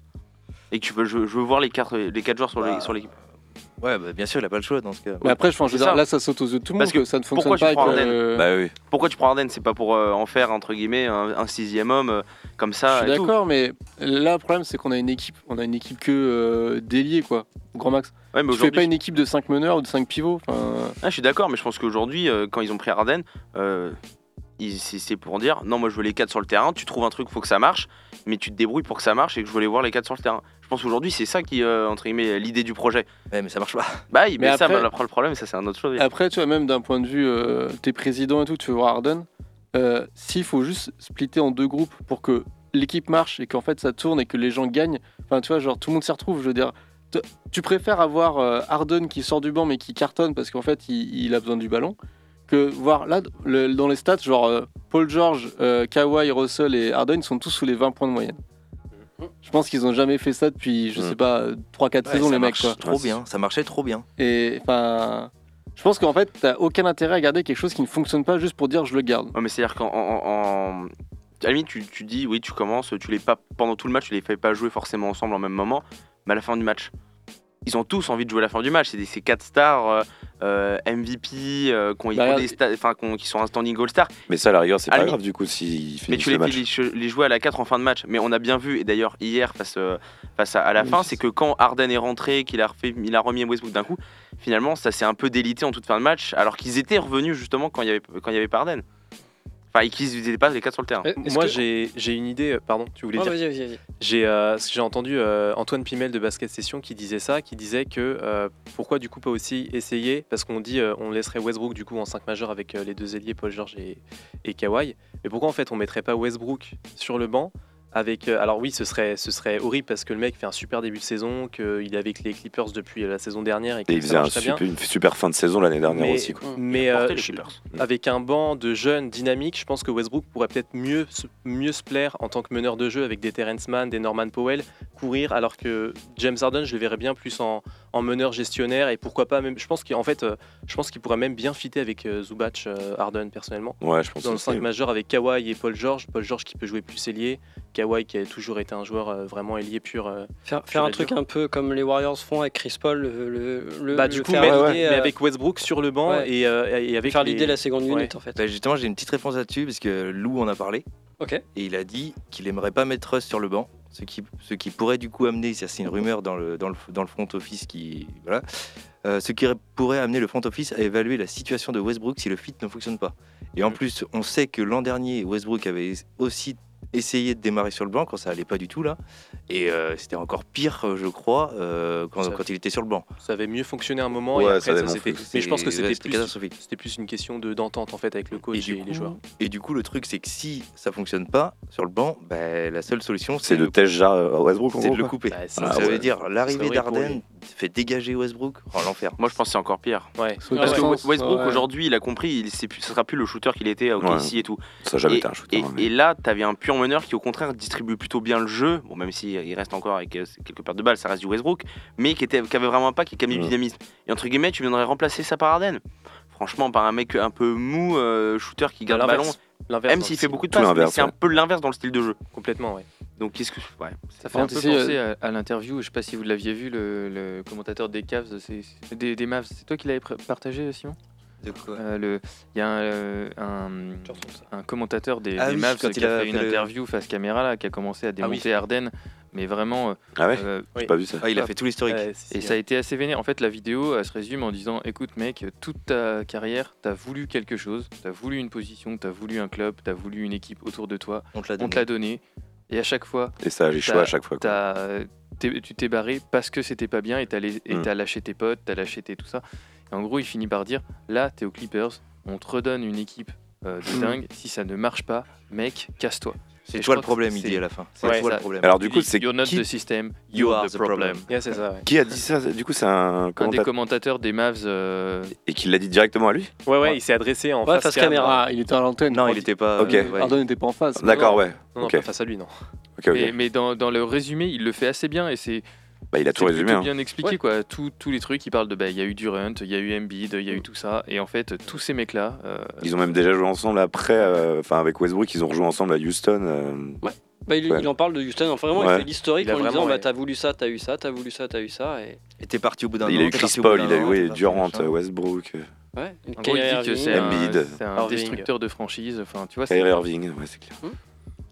Et que tu veux, je, je veux voir les quatre, les quatre joueurs sur
Bah,
les- sur l'équipe.
Ouais, bah, bien sûr, il a pas le choix dans ce cas.
Mais après, je pense, je veux
C'est
dire,
ça.
là, ça saute aux yeux de tout le monde,
Parce
que,
que
ça ne fonctionne
pourquoi
pas
tu prends
avec,
Harden
euh,
Bah oui.
Pourquoi tu prends Arden C'est pas pour euh, en faire, entre guillemets, un, un sixième homme euh, comme
Je
ça.
suis
et tout.
d'accord, mais là, le problème, c'est qu'on a une équipe, on a une équipe que euh, d'ailier, quoi. au Grand max.
Ouais, mais
Tu fais
aujourd'hui,
pas une équipe de 5 meneurs ou de 5 pivots. enfin,
Ah, je suis d'accord, mais je pense qu'aujourd'hui, euh, quand ils ont pris Arden, euh, ils- c'est c'est pour dire non, moi je veux les 4 sur le terrain, tu trouves un truc, faut que ça marche, mais tu te débrouilles pour que ça marche et que je veux les voir les 4 sur le terrain. Je pense qu'aujourd'hui, c'est ça qui, euh, entre guillemets, l'idée du projet.
Ouais, mais ça marche pas.
Bah, mais,
Mais
ça,
après-
bah, après, le problème, ça c'est un autre chose.
Après, tu vois, même d'un point de vue, euh, t'es président et tout, tu veux voir Harden. euh, S'il faut juste splitter en deux groupes pour que l'équipe marche et qu'en fait ça tourne et que les gens gagnent, enfin, tu vois, genre tout le monde s'y retrouve. Je veux dire, t- tu préfères avoir euh, Harden qui sort du banc mais qui cartonne parce qu'en fait il, il a besoin du ballon que voir là le- dans les stats, genre euh, Paul George, euh, Kawhi, Russell et Harden ils sont tous sous les 20 points de moyenne. Je pense qu'ils ont jamais fait ça depuis, je
Mhm.
sais pas, 3-4
Ouais,
saisons,
ça
les mecs.
marche
Quoi.
Trop bien. Ça marchait trop bien.
Et enfin, je pense qu'en fait, t'as aucun intérêt à garder quelque chose qui ne fonctionne pas juste pour dire je le garde.
Ouais, mais c'est-à-dire qu'en. en- en- en- À la limite, tu, tu dis, oui, tu commences, tu les pas pendant tout le match, tu les fais pas jouer forcément ensemble en même moment, mais à la fin du match, ils ont tous envie de jouer à la fin du match. C'est des- ces quatre stars euh, euh, MVP euh, qui ont- qui ont
Bah,
des sta- enfin, qui ont- qui sont un standing all-star.
Mais ça, à la rigueur, c'est
Ah,
pas
mais-
grave du coup s'il
Mais
finit
tu
le
les,
match.
les, che- les jouer à la 4 en fin de match. Mais on a bien vu, et d'ailleurs hier face, euh, face à, à la
Oui,
fin,
c'est
c'est que quand Arden est rentré, qu'il a, refait, il a remis Westbrook d'un coup, finalement ça s'est un peu délité en toute fin de match, alors qu'ils étaient revenus justement quand il y avait, quand il y avait pas Harden. Enfin, qui se vidaient pas les quatre sur le terrain.
Eh, Est-ce
Moi,
que-
j'ai j'ai une idée. euh, Pardon, tu voulais
Non,
dire
Oh, vas-y, vas-y, vas-y.
J'ai euh, ce que j'ai entendu euh, Antoine Pimel de Basket Session qui disait ça, qui disait que euh, pourquoi du coup pas aussi essayer parce qu'on dit euh, on laisserait Westbrook du coup en 5 majeur avec euh, les deux ailiers Paul George et, et Kawhi, mais pourquoi en fait on mettrait pas Westbrook sur le banc avec euh, alors oui ce serait ce serait horrible parce que le mec fait un super début de saison, qu'il est avec les Clippers depuis euh, la saison dernière et que
Et il
ça
faisait un
marche très bien.
super, une super fin de saison l'année dernière
Mais-
aussi. Quoi.
Mais
Portez
euh,
les
je-
Clippers.
Mm.
avec un banc de jeunes dynamiques, je pense que Westbrook pourrait peut-être mieux, se- mieux se plaire en tant que meneur de jeu avec des Terrence Mann, des Norman Powell, courir, alors que James Harden, je le verrais bien plus en, en meneur gestionnaire et pourquoi pas même. Je pense qu'en fait, euh, je pense qu'il pourrait même bien fitter avec euh, Zubac euh, Harden personnellement.
Ouais, je pense
Dans le
aussi.
5 majeur avec Kawhi et Paul George, Paul George qui peut jouer plus ailier, Kawhi qui a toujours été un joueur euh, vraiment ailier pur. euh.
Faire, faire un
J'allais
truc un peu comme les Warriors font avec Chris Paul, le, le, le-
bah
le
du coup,
faire
mais,
l'idée,
mais
euh,
avec Westbrook sur le banc
ouais.
et, euh, et avec
faire
les-
l'idée la seconde
Ouais.
minute en fait.
Bah, justement, j'ai une petite réponse là-dessus, parce que Lou en a parlé.
Ok.
Et il a dit qu'il aimerait pas mettre Russ sur le banc, ce qui, ce qui pourrait du coup amener, ça c'est une rumeur dans le, dans le, dans le front office qui. Voilà. Euh, ce qui pourrait amener le front office à évaluer la situation de Westbrook si le fit ne fonctionne pas. Et en
Mm.
plus, on sait que l'an dernier, Westbrook avait aussi essayé de démarrer sur le banc quand ça allait pas du tout là. Et euh, c'était encore pire, euh, je crois, euh, quand,
Ça-
quand il était sur le banc.
Ça avait mieux fonctionné à un moment
Ouais,
et après
ça avait
ça
moins
s'était-
fonctionné.
Mais je pense que
ouais,
c'était plus
catastrophique.
C'était plus une question de d'entente en fait avec le
Et
coach
du
et,
coup-
les joueurs.
Et du coup, le truc, c'est que si ça fonctionne pas sur le banc, bah, la seule solution,
C'est de test Jar- euh, Westbrook en
c'est
gros.
de le
quoi.
couper.
Bah, c'est-
Donc,
Ah
ça
ouais.
veut dire l'arrivée
horrible pour
d'Arden fait dégager Westbrook en l'enfer.
Moi, je pense que c'est encore pire.
Ouais.
Sauf
Parce
que
que
ouais.
West- Westbrook
Ouais.
aujourd'hui, il a compris, il c'est plus- ce sera plus le shooter qu'il était au
Ouais.
KC et tout.
Ça a jamais
et,
été un shooter.
et-
hein,
et là, t'avais un pur meneur qui, au contraire, distribue plutôt bien le jeu. Bon, même s'il il reste encore avec euh, quelques pertes de balles, ça reste du Westbrook, mais qui, était, qui avait vraiment un pas, qui qui a mis du
Ouais.
dynamisme. Et entre guillemets, tu viendrais remplacer ça par Arden. Franchement, par un mec un peu mou, euh, shooter qui garde le ballon.
L'inverse. L'inverse.
Même
dans le
s'il fait
style.
beaucoup de
Tout
passes, mais
l'inverse,
c'est un
ouais.
peu l'inverse dans le style de jeu.
Complètement, ouais.
Donc, qu'est-ce que. Ouais,
Ça fait
Enfin,
un peu
c'est, euh,
penser à, à l'interview, je sais pas si vous l'aviez vu, le, le commentateur des Cavs, c'est- c'est- des, des Mavs, c'est toi qui l'avais pr- partagé, Simon Euh, le- Il y a un, euh, un- un commentateur des,
Ah
des
oui,
Mavs
quand
qui
il
a
a
fait une
fait le- Ah
interview face caméra, là, qui a commencé à démonter Arden, mais vraiment... euh,
mais- Ah ouais
euh,
J'ai pas vu ça.
Ah, il a fait tout l'historique.
Ouais, c'est-
et ça a été assez vénère. En fait, la vidéo, elle se résume en disant Écoute, mec, toute ta carrière, t'as voulu quelque chose, t'as voulu une position, t'as voulu un club, t'as voulu une équipe autour de toi,
on te l'a
on
donné.
te l'a donné. Et à chaque fois,
Et ça, j'ai
t'as-
choix à chaque fois. quoi.
t'as- euh, t'es- tu t'es barré parce que c'était pas bien et t'as les- et
Mm.
t'as lâché tes potes, t'as lâché tes tout ça. Et en gros, il finit par dire Là, t'es aux Clippers, on te redonne une équipe euh, de
Mm.
dingue. Si ça ne marche pas, mec, casse-toi.
C'est
Et je
toi le
crois que
problème, il
c'est-
dit à la fin. C'est
Ouais,
toi
ça-
le problème.
Alors du
Il
coup,
dit,
c'est
You're not
qui,
the system, you, are the problem.
Yeah, c'est ça, ouais.
qui a dit ça Du coup, c'est un
Un des
commentateur
commentateurs des Mavs euh,
et qui l'a dit directement à lui.
Ouais, ouais, il s'est adressé en
Ouais,
face,
face
cam.
caméra.
Ah, il était à l'antenne.
Non,
je
il
crois.
était pas.
Ok.
euh, ouais.
Arden n'était pas en face.
D'accord, ouais.
Non, non,
Ok.
pas face à lui, non.
Ok, ok.
Mais, mais dans, dans le résumé, il le fait assez bien et c'est
Bah, il a
c'est
tout résumé.
plutôt
hein.
bien expliqué quoi. Tous tous les trucs, il parle de bah il y a eu Durant, il y a eu Embiid, il y a eu tout ça et en fait tous ces euh, mecs là.
Ils ont même déjà joué ensemble après, euh, enfin avec Westbrook, ils ont rejoué ensemble à Houston. euh,
Bah, il,
Ouais.
il en parle de Houston, enfin, vraiment
Ouais.
il fait l'historique
Il a
en lui
vraiment,
disant bah,
ouais.
t'as voulu ça, t'as eu ça, t'as voulu ça, t'as eu ça. Et...
Et t'es parti au bout d'un
il
an,
a eu
t'es
Chris
parti au
Paul,
bout
il
d'un
a
an,
eu
t'es
ouais,
parti,
Durant,
machin.
euh, Westbrook, euh,
Ouais, une
en gros, il
carrière
dit que
Irving,
c'est un,
Embiid.
c'est un
Irving.
destructeur de franchise. Enfin tu vois. c'est-
Kyrie Irving, ouais, c'est clair.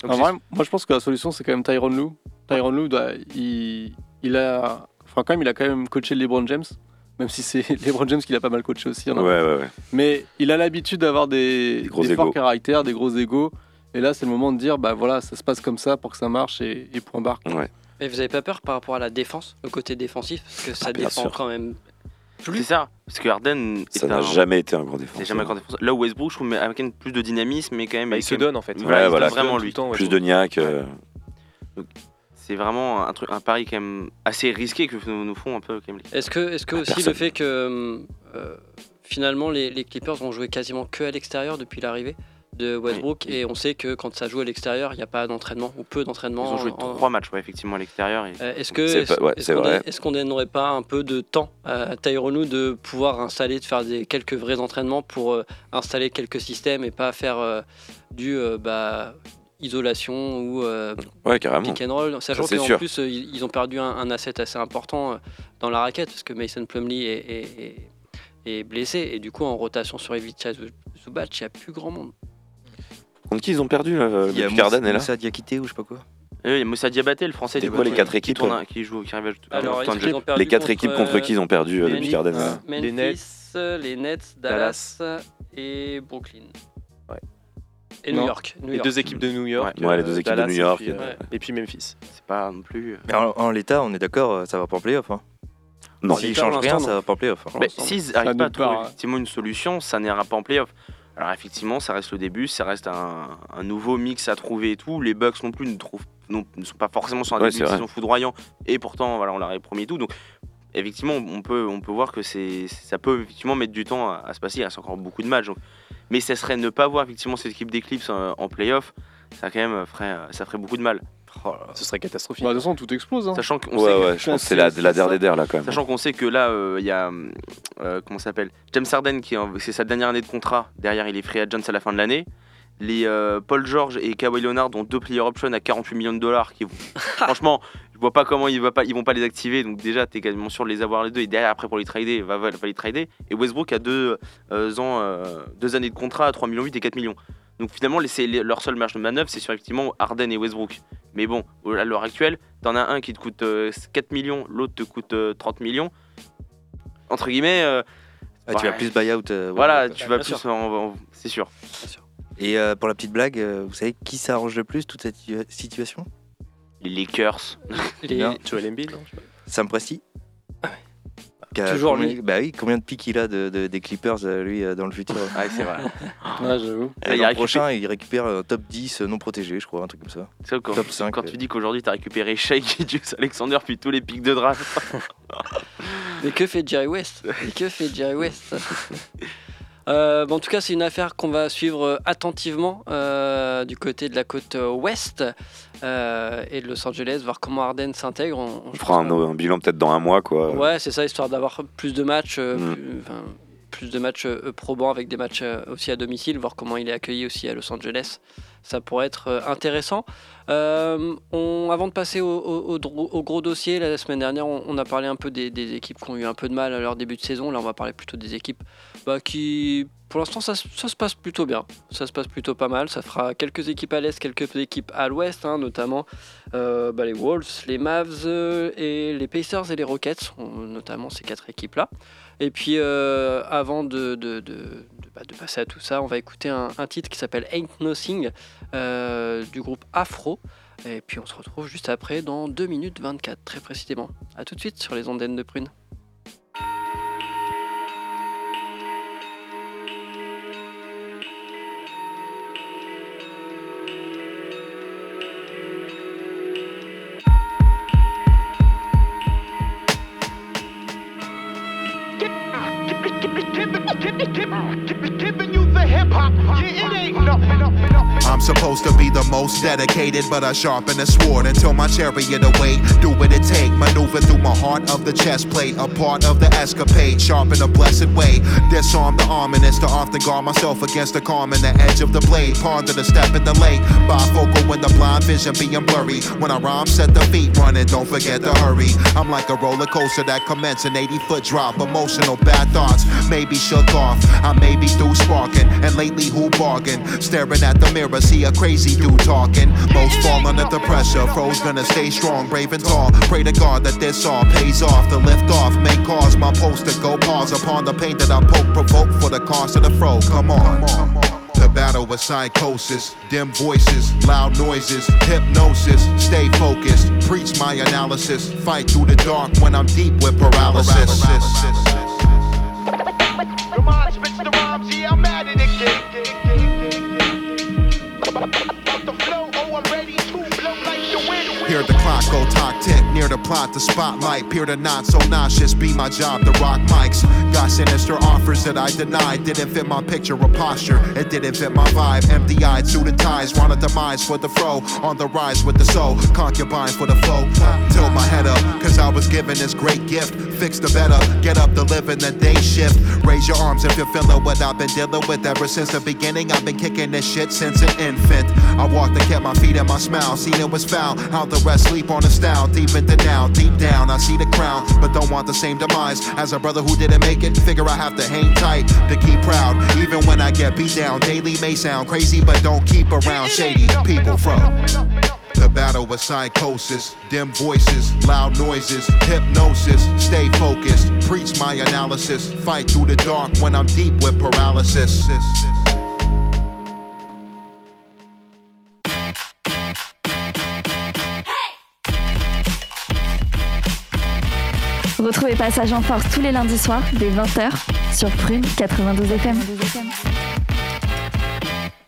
En vrai, moi je pense que la solution c'est quand même Tyron Lou. Tyron Lou, doit- il, il a, enfin quand même, il a quand même coaché LeBron James, même si c'est LeBron James qui l'a pas mal coaché aussi. il y en a.
Ouais, ouais, ouais.
Mais il a l'habitude d'avoir des,
Des gros
des forts
égos.
caractères, des gros égos. Et là, c'est le moment de dire, bah voilà, ça se passe comme ça pour que ça marche et, et point barre.
Et vous avez pas peur par rapport à la défense, le côté défensif, parce que ça
Ah, bien
défend
sûr.
quand même.
c'est ça. Parce que Harden.
Ça
est
n'a
un-
jamais été un grand
c'est
défenseur.
jamais un grand défenseur. Là où Westbrook, je trouve, mais avec un- plus de dynamisme, mais quand même.
Bah, il
avec
se
quand même-
donne en fait.
Ouais,
il se
voilà.
donne vraiment
Plus
tout le temps, ouais,
Plus
tout le
de niaque. euh,
C'est vraiment un, truc, un pari quand même assez risqué que nous, nous font un peu quand même. les-
Est-ce que, est que
Ah,
aussi le
personne.
fait que euh, finalement les, les Clippers vont jouer quasiment que à l'extérieur depuis l'arrivée de Westbrook et on sait que quand ça joue à l'extérieur, il n'y a pas d'entraînement ou peu
Ils
d'entraînement.
ont joué
en-
trois matchs, ouais, effectivement, à l'extérieur. et-
Euh, Est-ce que
C'est
est-ce
pas- ouais,
est-ce
c'est
qu'on
vrai.
donne- est-ce qu'on n'aurait pas un peu de temps à Tyronou de pouvoir installer, de faire des quelques vrais entraînements pour euh, installer quelques systèmes et pas faire euh, du euh, bah, isolation ou euh,
Ouais, carrément.
pick and roll, sachant
c'est
qu'en
sûr.
plus euh, ils, ils ont perdu un, un asset assez important euh, dans la raquette parce que Mason Plumlee est, est- est- est blessé et du coup en rotation sur Ivica Zubac, il n'y a plus grand monde.
Contre qui ils ont perdu là euh,
Il y a
Depuis Harden est là.
Moussa Diakité ou je sais pas quoi.
Euh, Il y a Moussa Diabaté, le français.
C'était
du
quoi
coup,
les quatre
qui
équipes
tourne un- Qui joue, qui arrive à- à- à-
ils Les quatre équipes contre qui ils ont perdu euh, depuis
Phoenix,
Garden
Memphis,
Les
les Nets, Dallas, et Brooklyn. Et New
Non.
York. New
Les
York.
deux équipes de New York.
Ouais, les
euh,
deux équipes de
Dallas
New
et
York.
puis, euh,
Ouais.
Et puis Memphis.
C'est pas non plus. euh,
Mais en, en l'état, on est d'accord, ça va pas en playoff. Hein.
Non.
S'ils
Pour
changent rien,
l'instant,
ça va pas en playoff. hein.
Mais ben, s'ils n'arrivent pas à
nulle
trouver
part,
effectivement une solution, ça n'ira pas en playoff. Alors effectivement, ça reste le début, ça reste un, un nouveau mix à trouver et tout. Les Bucks non plus ne, trouvent, non- ne sont pas forcément sur un
Ouais,
début
c'est
de
vrai.
saison foudroyant. Et pourtant, voilà, on l'arrive premier et tout. Donc effectivement, on peut, on peut voir que c'est, ça peut effectivement mettre du temps à, à se passer. Il reste encore beaucoup de matchs. donc. Mais ça serait ne pas voir effectivement cette équipe d'Eclipse en, en playoff. Ça quand même ferait, ça ferait beaucoup de mal.
Ce serait catastrophique.
Bah, de toute façon, tout explose. Hein.
Sachant qu'on sait
Ouais,
que-
ouais, je pense que c'est la, la dernière des dernières, là quand même.
Sachant qu'on sait que là, euh, il y a. hum, euh, comment ça s'appelle James Harden, qui est en- c'est sa dernière année de contrat. Derrière, il est free agent à la fin de l'année. Les euh, Paul George et Kawhi Leonard ont deux player options à 48 millions de dollars. Qui, vont- franchement, je vois pas comment ils, va pas, ils vont pas les activer. Donc, déjà, t'es quasiment sûr de les avoir les deux. Et derrière, après, pour les trader, il va, va- va les trader. Et Westbrook a deux, euh, ans, euh, deux années de contrat à 3 millions 8 et 4 millions. Donc, finalement, les- c'est les- leur seule marge de manœuvre, c'est sur effectivement Harden et Westbrook. Mais bon, au- à l'heure actuelle, t'en as un qui te coûte euh, 4 millions, l'autre te coûte euh, 30 millions. Entre guillemets, euh,
Ah, tu
Ouais.
vas plus buy-out. euh,
voilà,
ouais.
tu vas
bien
plus en- en- C'est sûr.
Et euh, pour la petite blague, euh, vous savez qui s'arrange le plus toute cette situa- situation
Les Lakers.
Les-
Non.
Hein, Joel Embiid, non je sais pas.
Sam Presti Qui a
Toujours
combien-
lui.
Bah oui, combien de pics il a de, de- des Clippers, euh, lui, euh, dans le futur
Ouais, c'est vrai.
Ouais, j'avoue.
Ah,
Et L'an
il a récupéré-
prochain, il récupère un top 10 non protégé, je crois, un truc comme ça.
Tu sais, quand,
Top euh. 5.
euh.
quand tu dis qu'aujourd'hui, t'as récupéré Shai, Julius Alexander, puis tous les pics de draft.
Mais que fait Jerry West Mais que fait Jerry West Ça, c'est fou. Euh, bon, en tout cas, c'est une affaire qu'on va suivre euh, attentivement euh, du côté de la côte euh, ouest euh, et de Los Angeles, voir comment Arden s'intègre. On, on-
On
je
fera
pense
un, un bilan peut-être dans un mois, quoi.
qu'on- Ouais, c'est ça, histoire d'avoir plus de matchs, euh,
Mm.
plus, enfin, plus de matchs euh, probants avec des matchs euh, aussi à domicile, voir comment il est accueilli aussi à Los Angeles. Ça pourrait être euh, intéressant. Euh, on, avant de passer au, au- au dro- au gros dossier, la semaine dernière, on, on a parlé un peu des, des équipes qui ont eu un peu de mal à leur début de saison. Là, on va parler plutôt des équipes bah, qui, pour l'instant, ça, se- ça se passe plutôt bien. Ça se passe plutôt pas mal. Ça fera quelques équipes à l'est, quelques équipes à l'ouest, hein, notamment euh, bah, les Wolves, les Mavs euh, et les Pacers et les Rockets, ont notamment ces quatre équipes-là. Et puis, euh, avant de, de- de- de- bah, de passer à tout ça, on va écouter un, un titre qui s'appelle Ain't Nothing euh, du groupe Afro. Et puis on se retrouve juste après dans 2 minutes 24 très précisément. A tout de suite sur les ondes de prune.
giving you the hip hop. Yeah, it ain't nothing.
I'm supposed to be the most dedicated, but I sharpen the sword until my chariot await. Do what it take, maneuver through my heart of the chest plate, a part of the escapade, sharp in a blessed way. Disarm the ominous to often guard myself against the calm and the edge of the blade. Ponder the step in the lake, bifocal when the blind vision being blurry. When I rhyme, set the feet running, don't forget to hurry. I'm like a roller coaster that commences an 80 foot drop, emotional bad thoughts, maybe shook off. I may be through sparking, and lately who bargain? Staring at the mirror, see a crazy dude talking. Most fall under the pressure, foes gonna stay strong, brave and tall. Pray to God that this all pays off. The lift off may cause my post to go pause upon the pain that I poke, provoke for the cost of the fro. Come on. The battle with psychosis, dim voices, loud noises, hypnosis. Stay focused, preach my analysis. Fight through the dark when I'm deep with paralysis.
Come on, spits the rhymes. Yeah, I'm at it again. About the flow, oh, I'm ready to blow like the wind.
Hear the clock go tock tick, near the plot, the spotlight. Peer to not so nauseous, be my job to rock mics. Got sinister offers that I denied. Didn't fit my picture or posture, it didn't fit my vibe. Empty eyed, suit and ties, want a demise for the fro. On the rise with the soul, concubine for the foe. Tilt my head up, cause I was given this great gift. Fix the better, get up to live in the day shift. Raise your arms if you're feeling what I've been dealing with ever since the beginning. I've been kicking this shit since an infant. I walked and kept my feet and my smile. Seen it was foul. How the rest sleep on the style. Deep into now, deep down, I see the crown, but don't want the same demise. As a brother who didn't make it, figure I have to hang tight to keep proud. Even when I get beat down, daily may sound crazy, but don't keep around shady people from. The battle with psychosis, dim voices, loud noises, hypnosis. Stay focused, preach my analysis. Fight through the dark when I'm deep with paralysis.
et Passage en Force tous les lundis soirs dès 20h sur Prune 92 FM.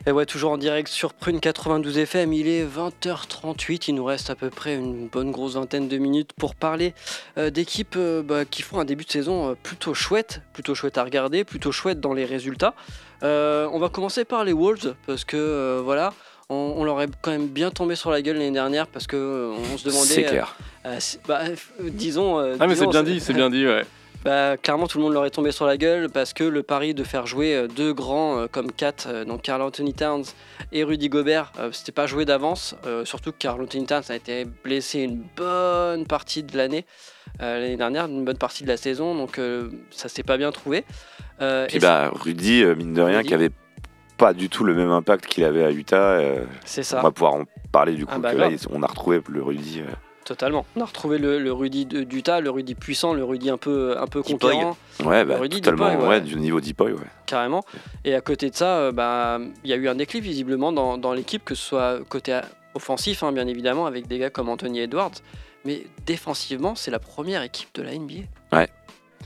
Et ouais, toujours en direct sur Prune 92 FM, il est 20h38, il nous reste à peu près une bonne grosse vingtaine de minutes pour parler euh, d'équipes euh, bah, qui font un début de saison euh, plutôt chouette, plutôt chouette à regarder, plutôt chouette dans les résultats. Euh, on va commencer par les Wolves, parce que euh, voilà, on, on leur est quand même bien tombé sur la gueule l'année dernière, parce que euh, on se demandait...
C'est clair.
euh, euh, si- bah, euh, disons... euh,
Ah, mais c'est
disons,
bien dit, c'est bien dit, ouais.
bah, clairement, tout le monde leur est tombé sur la gueule parce que le pari de faire jouer euh, deux grands euh, comme Kat, euh, donc Carl Anthony Towns et Rudy Gobert, euh, c'était pas joué d'avance. euh, surtout que Carl Anthony Towns a été blessé une bonne partie de l'année, euh, l'année dernière, une bonne partie de la saison, donc euh, ça s'est pas bien trouvé. Euh,
Puis
et
bah, Rudy, euh, mine de rien,
Rudy.
qui avait pas du tout le même impact qu'il avait à Utah. euh,
c'est
on
ça,
va pouvoir en parler du coup.
Ah bah
que là,
grave.
ils- on a retrouvé le Rudy. euh,
totalement. On a retrouvé le, le Rudy de- d'Utah, le Rudy puissant, le Rudy un peu, un peu
Deepoy.
conquérant.
Ouais, bah,
Rudy
totalement,
Deepoy, ouais.
ouais. du niveau Deepoy, ouais.
carrément. Et à côté de ça, euh, bah, il y a eu un déclic visiblement dans, dans l'équipe, que ce soit côté a- offensif, hein, bien évidemment, avec des gars comme Anthony Edwards, mais défensivement, c'est la première équipe de la NBA.
Ouais.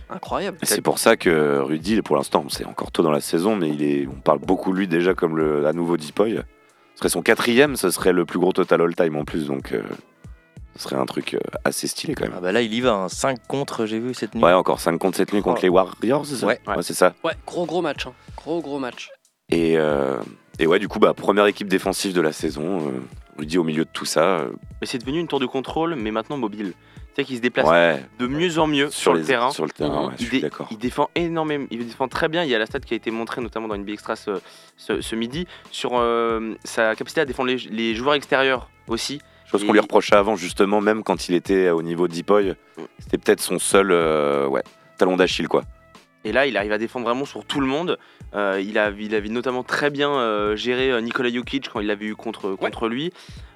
Incroyable.
C'est pour ça que Rudy, pour l'instant, c'est encore tôt dans la saison, mais il est, on parle beaucoup de lui déjà comme le, à nouveau Deepoy. Ce serait son quatrième, ce serait le plus gros total all-time en plus, donc euh, ce serait un truc euh, assez stylé quand même.
Ah bah là, il y va, un 5 contre, j'ai vu cette nuit.
Ouais, encore 5 contre 7 nuit contre
Oh.
les Warriors, c'est ça
Ouais.
ouais c'est ça.
Ouais, gros gros match. hein. Gros gros match.
Et, euh, et ouais, du coup, bah, première équipe défensive de la saison. euh, Rudy au milieu de tout ça. euh,
Mais c'est devenu une tour de contrôle, mais maintenant mobile. Tu sais qu'il se déplace
ouais,
de mieux en mieux sur, le
les-
terrain. Mhm.
Sur le terrain, ouais, je
il,
suis
dé-
d'accord.
il défend énormément, il défend très bien. Il y a la stat qui a été montrée notamment dans une Extra ce, ce- ce midi sur euh, sa capacité à défendre les, les joueurs extérieurs aussi.
Chose qu'on lui reprochait avant, justement, même quand il était au niveau d'Ipoy, c'était peut-être son seul euh, ouais, talon d'Achille, quoi.
Et là, il arrive à défendre vraiment sur tout le monde. Euh, il, a, il avait notamment très bien euh, géré euh, Nikola Jokic quand il l'avait eu contre, contre lui.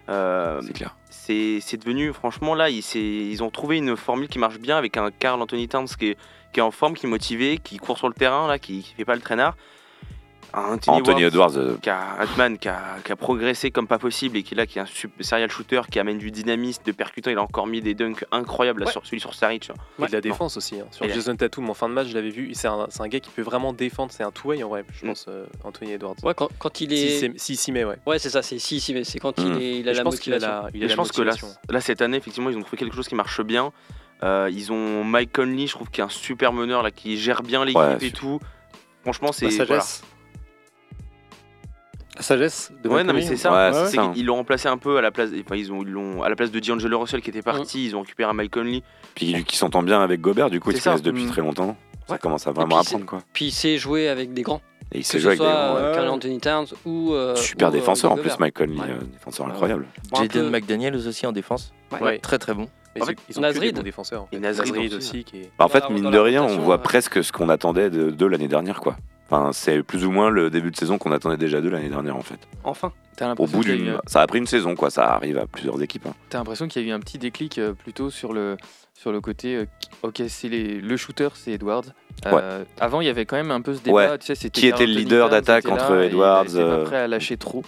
Euh,
C'est clair.
c'est c'est devenu, franchement, là, il, s'est- ils ont trouvé une formule qui marche bien avec un Carl Anthony Towns qui est, qui est en forme, qui est motivé, qui court sur le terrain, là, qui, qui fait pas le traînard. Un Anthony,
hein.
Anthony
Edwards
Edwards, euh,
qui a, Atman qui a, qui a progressé comme pas possible et qui là qui est un sup- serial shooter qui amène du dynamisme, de percutant, il a encore mis des dunks incroyables là,
Ouais.
sur celui sur Saric. hein.
Et de la défense aussi. hein. Sur
Et la-
Jason Tatum, en fin de match, je l'avais vu. C'est un, c'est un gars qui peut vraiment défendre. C'est un two-way en vrai, je
Mm.
pense, euh, Anthony Edwards.
Ouais, quand, quand il
S'il
est.
s'est- S'il s'y met, ouais.
Ouais, c'est ça, c'est si, si, mais c'est quand
Mhm.
il, est, il a
Et je
la
pense qu'il a
motivation.
la, il a
Et
la
je pense que là,
motivation.
là, cette année, effectivement, ils ont trouvé quelque chose qui marche bien. Euh, ils ont Mike Conley, je trouve, qui est un super meneur là, qui gère bien l'équipe
Ouais,
et
su-
tout. Franchement, c'est
La
voilà.
sagesse. La sagesse de
Ouais, non, mais
Malcolm,
c'est ça.
Ouais,
ouais,
C'est
ça.
qu'ils l'ont remplacé un peu à la place. Enfin, ils ont, ils l'ont à la place de D'Angelo Russell qui était parti. Ils ont récupéré un Mike Conley.
Puis lui qui s'entend bien avec Gobert, du coup,
C'est
il se
ça.
connaissent depuis
Mm.
très longtemps. Ça
Ouais.
commence à
puis
vraiment
c'est-
apprendre, quoi.
Puis il sait jouer avec des grands.
Et il
Que
s'est
ce
joué avec des
soit
grands,
euh,
ouais.
Carl Anthony Towns ou. euh,
super
ou, euh,
défenseurs en
Rudy
plus,
Gobert.
Mike Conley,
Ouais.
euh, défenseur
Ouais.
incroyable.
Un peu-
Jaden McDaniels aussi en défense.
Ouais.
Ouais.
Très très bon.
Mais
En
ils-
fait,
ils ont que des
Nasrid.
bons défenseurs. en
Et
fait.
Nasrid
Nasrid
aussi.
aussi. qui est-
Bah, en
Dans
fait,
la-
mine
dans
de
la
rien, on
rotation,
voit
ouais.
presque ce qu'on attendait de- d'eux l'année dernière, quoi. Enfin, c'est plus ou moins le début de saison qu'on attendait déjà d'eux l'année dernière, en fait.
Enfin.
T'as
Au
l'impression
bout
qu'il y a eu
d'une.
un-
Ça a pris une saison, quoi. Ça arrive à plusieurs équipes. hein.
T'as l'impression qu'il y a eu un petit déclic euh, plutôt sur le, sur le côté euh, qui- ok c'est les- le shooter c'est Edwards. Euh, Avant il y avait quand même un peu ce débat.
Ouais.
Tu sais, c'était
Qui était le
Anthony
leader
Towns
d'attaque
était là,
entre
et
Edwards,
Il était pas
euh,
prêt à lâcher trop.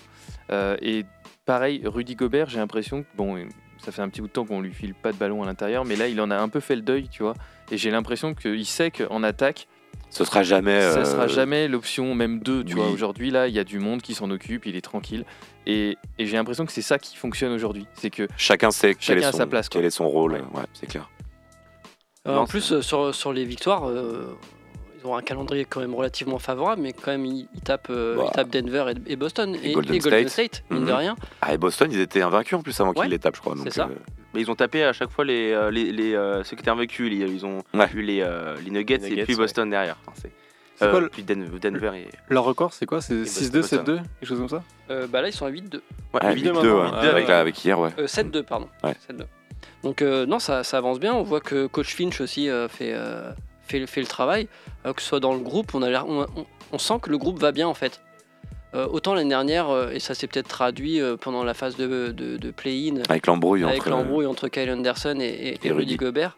Euh, et pareil Rudy Gobert j'ai l'impression que bon euh, ça fait un petit bout de temps qu'on lui file pas de ballon à l'intérieur mais là il en a un peu fait le deuil tu vois. Et j'ai l'impression qu'il sait qu'en attaque
Ce sera jamais.
ça
euh,
sera jamais l'option même 2 tu
oui.
vois. Aujourd'hui là il y a du monde qui s'en occupe il est tranquille et, et j'ai l'impression que c'est ça qui fonctionne aujourd'hui c'est que
Chacun sait quel,
Chacun
est
à
son,
sa place, quoi.
quel est son rôle.
Ouais.
Ouais, c'est clair.
Euh,
Non,
en plus, euh, sur, sur les victoires, euh, ils ont un calendrier quand même relativement favorable, mais quand même, ils, ils tapent, euh,
Bah.
ils tapent Denver et, et Boston.
Et Golden State.
mine de
Mhm.
rien.
Ah, et Boston, ils étaient invaincus en plus avant
Ouais,
qu'ils les tapent, je crois. Donc,
c'est ça.
euh,
Mais ils ont tapé à chaque fois les, euh, les, les, euh, ceux qui étaient invaincus. Ils, ils ont
Ouais.
eu les, euh, les nuggets,
Les Nuggets,
et puis
ouais.
Boston derrière. Enfin, c'est-
C'est
euh,
quoi le-
puis Den- Denver et
Leur record, c'est quoi C'est
Et
6-2,
Boston.
7-2 Quelque chose comme ça
Euh, bah là, ils sont à 8-2.
Ouais,
ouais,
huit-
8-2,
maintenant,
ouais,
huit-deux,
avec,
ouais.
la- avec hier, ouais.
Euh, 7-2, pardon.
Ouais.
7-2. Donc, euh, non, ça, ça avance bien. On voit que Coach Finch aussi euh, fait, euh, fait, le- fait le travail. Euh, que ce soit dans le groupe, on, a l'air- on, on- on sent que le groupe va bien en fait. Euh, autant l'année dernière, euh, et ça s'est peut-être traduit euh, pendant la phase de, de- de play-in,
Avec l'embrouille
avec
entre. euh,
l'embrouille entre Kyle Anderson et, et- et
et
Rudy
Rudy.
Gobert.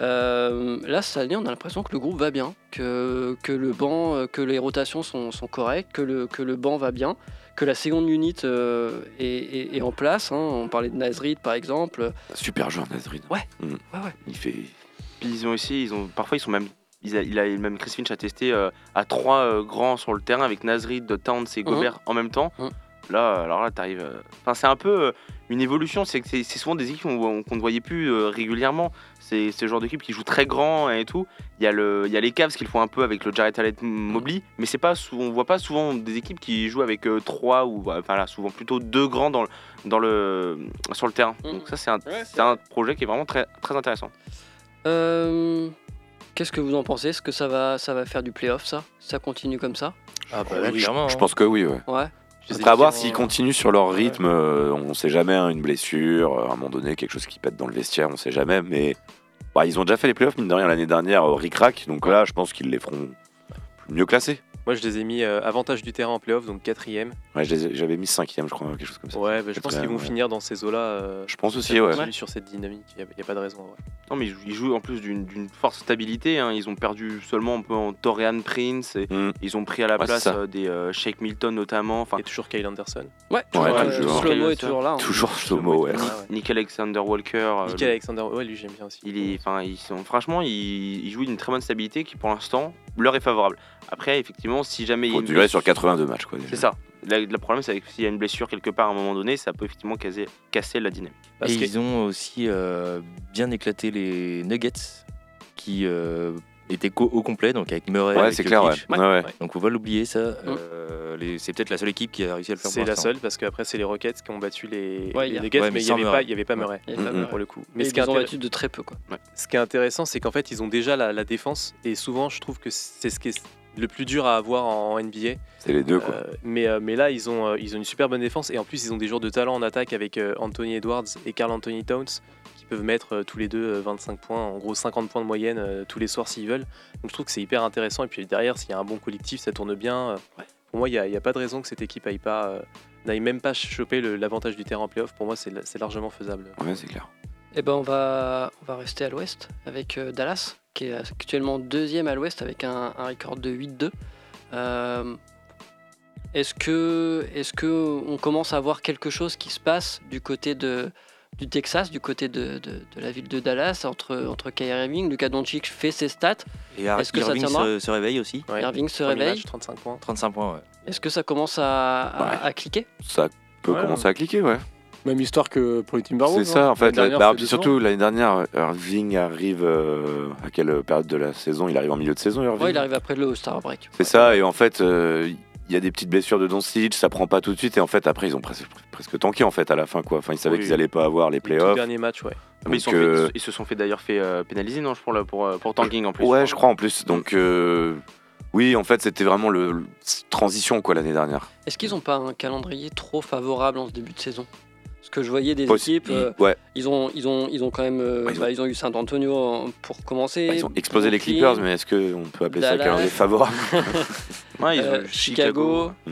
Euh, là, cette année, on a l'impression que le groupe va bien, que, que le banc, euh, que les rotations sont, sont correctes, que le, que le banc va bien, que la seconde unit euh, est, est- est en place. hein. On parlait de Nazrid, par exemple.
Super joueur, Nazrin.
Ouais.
Mm.
Ouais, ouais.
Il fait.
Puis ils ont aussi, ils ont, parfois ils sont même, ils a- il a, même Chris Finch a testé euh, à trois euh, grands sur le terrain avec Nasri, De Towns et Gobert en même temps.
Mhm.
Là, alors là, t'arrives. euh, Enfin, c'est un peu euh, une évolution. C'est que c'est c'est souvent des équipes qu'on qu'on ne voyait plus euh, régulièrement. C'est ce genre d'équipe qui joue très grand et tout. Il y a le, il y a les Cavs qui le font un peu avec le Jarrett Allen Mobley, mais c'est pas, sou- on voit pas souvent des équipes qui jouent avec euh, trois ou enfin là, souvent plutôt deux grands dans le, dans le, sur le terrain.
Mhm.
Donc ça, c'est un,
Ouais,
c'est un projet qui est vraiment très, très intéressant.
Euh, Qu'est-ce que vous en pensez Est-ce que ça va, ça va faire du playoff, ça Ça continue comme ça
Ah, bah,
oui,
clairement.
Je
hein.
pense que oui, ouais.
Ouais.
Après, à voir s'ils continuent sur leur rythme, euh, on sait jamais, hein, une blessure, euh, à un moment donné, quelque chose qui pète dans le vestiaire, on sait jamais, mais bah, ils ont déjà fait les playoffs, mine de rien, l'année dernière, au ric-rac, donc là, je pense qu'ils les feront mieux classés.
Moi, je les ai mis euh, avantage du terrain en playoff, donc quatrième.
Ouais, je les ai- J'avais mis cinquième, je crois, quelque chose comme ça.
Ouais, bah, je pense
Quatrième,
qu'ils vont
ouais.
finir dans ces eaux-là. euh,
Je pense aussi,
ça
ouais.
continue sur cette dynamique, il n'y a, pas de raison. ouais.
Non, mais ils jouent- ils jouent en plus d'une d'une force stabilité. hein. Ils ont perdu seulement un peu en Torian Prince. Et
Mm.
Ils ont pris à la
Ouais,
place
c'est ça.
euh, des euh, Shake Milton notamment. Enfin,
Il y a toujours Kyle Anderson.
Ouais,
toujours.
Slomo est toujours là. hein.
Toujours Slomo, ouais.
Ouais, ouais.
Nick Alexander Walker.
Ah,
euh,
Nickel Alexander, ouais, lui j'aime bien aussi.
Il est, enfin, ils sont, franchement, ils, ils jouent d'une très bonne stabilité qui, pour l'instant, leur est favorable. Après, effectivement, si jamais il y a
Faut
une
durer
blessure-
sur 82 matchs, quoi. déjà.
C'est ça. La- Le problème, c'est que s'il y a une blessure quelque part à un moment donné, ça peut effectivement caser- casser la dynamique.
Parce
et
que-
ils ont aussi euh, bien éclaté les Nuggets qui euh, étaient co- au complet, donc avec Murray.
Ouais,
avec
c'est clair, ouais.
Jokic.
Ouais, ouais.
Donc on va l'oublier ça. Euh, les- c'est peut-être la seule équipe qui a réussi à le faire.
C'est
pour
la
l'instant.
seule parce qu'après c'est les Rockets qui ont battu les,
Ouais,
les
il y a-
Nuggets,
Ouais, mais
mais il n'y
sans
avait,
Murray. Mm-hmm.
pas- il y avait pas
Ouais.
Il
Murray
y a pas
Mhm.
mal.
pour le coup. Mais
Mais
ce
ils
qui, est
ont
intér-
battu de très peu, quoi.
ce qui est intéressant, c'est qu'en fait ils ont déjà la, la défense et souvent je trouve que c'est ce qui est le plus dur à avoir en NBA.
C'est les deux, quoi.
Euh, mais, euh, mais là ils ont, euh, ils ont une super bonne défense et en plus ils ont des joueurs de talent en attaque avec euh, Anthony Edwards et Carl Anthony Towns qui peuvent mettre euh, tous les deux euh, 25 points, en gros 50 points de moyenne euh, tous les soirs s'ils veulent. Donc je trouve que c'est hyper intéressant et puis derrière s'il y a un bon collectif ça tourne bien. Euh, Pour moi il n'y a, il y a pas de raison que cette équipe aille pas, euh, n'aille même pas choper le- l'avantage du terrain en playoff. Pour moi c'est la- c'est largement faisable.
Ouais, c'est clair.
Eh ben, on va, on va rester à l'ouest avec euh, Dallas, qui est actuellement deuxième à l'ouest avec un, un record de 8-2. Euh, Est-ce que, est que on commence à voir quelque chose qui se passe du côté de, du Texas, du côté de, de- de la ville de Dallas, entre, entre Kyrie Irving, Luka Doncic fait ses stats,
Et Ar-
Est-ce que ça
Irving
tiendra
se, se réveille aussi.
Ouais.
Irving se
Premier
réveille.
match, 35 points.
35 points, ouais.
Est-ce que ça commence à, à-
Ouais.
à cliquer
Ça peut
Ouais,
commencer à cliquer, ouais.
Même histoire que pour les Timberwolves.
c'est ça,
hein.
en fait.
L'année dernière,
Bah,
c'était
puis
deux
surtout, l'année dernière, Irving arrive euh, à quelle période de la saison Il arrive en milieu de saison, Irving
Ouais, il arrive après le All-Star break.
C'est ça, et en fait, euh, il y a des petites blessures de Doncic, ça prend pas tout de suite, et en fait, après, ils ont presque, presque tanké, en fait, à la fin, quoi. Enfin, ils savaient
Oui.
qu'ils allaient pas avoir les
Les tout
playoffs.
derniers matchs, ouais.
Ah, Mais ils,
Donc,
sont fait-
euh,
ils se sont fait d'ailleurs fait euh, pénaliser, non, pour, le- pour, euh, pour tanking en plus.
Ouais, je crois, en plus. Donc, euh, oui, en fait, c'était vraiment le, le- transition, quoi, l'année dernière.
Est-ce qu'ils n'ont pas un calendrier trop favorable en ce début de saison Parce que je voyais des
Possi-
équipes. euh,
ouais,
Ils ont, ils ont, ils ont quand même. euh, bah,
Ouais,
ils,
ils
ont... eu San Antonio en- pour commencer.
bah, ils ont explosé les
Brooklyn,
Clippers, mais est-ce qu'on peut appeler ça
Dallas.
calendrier favorable
Ouais, ils ont
euh,
eu
Chicago,
Mm.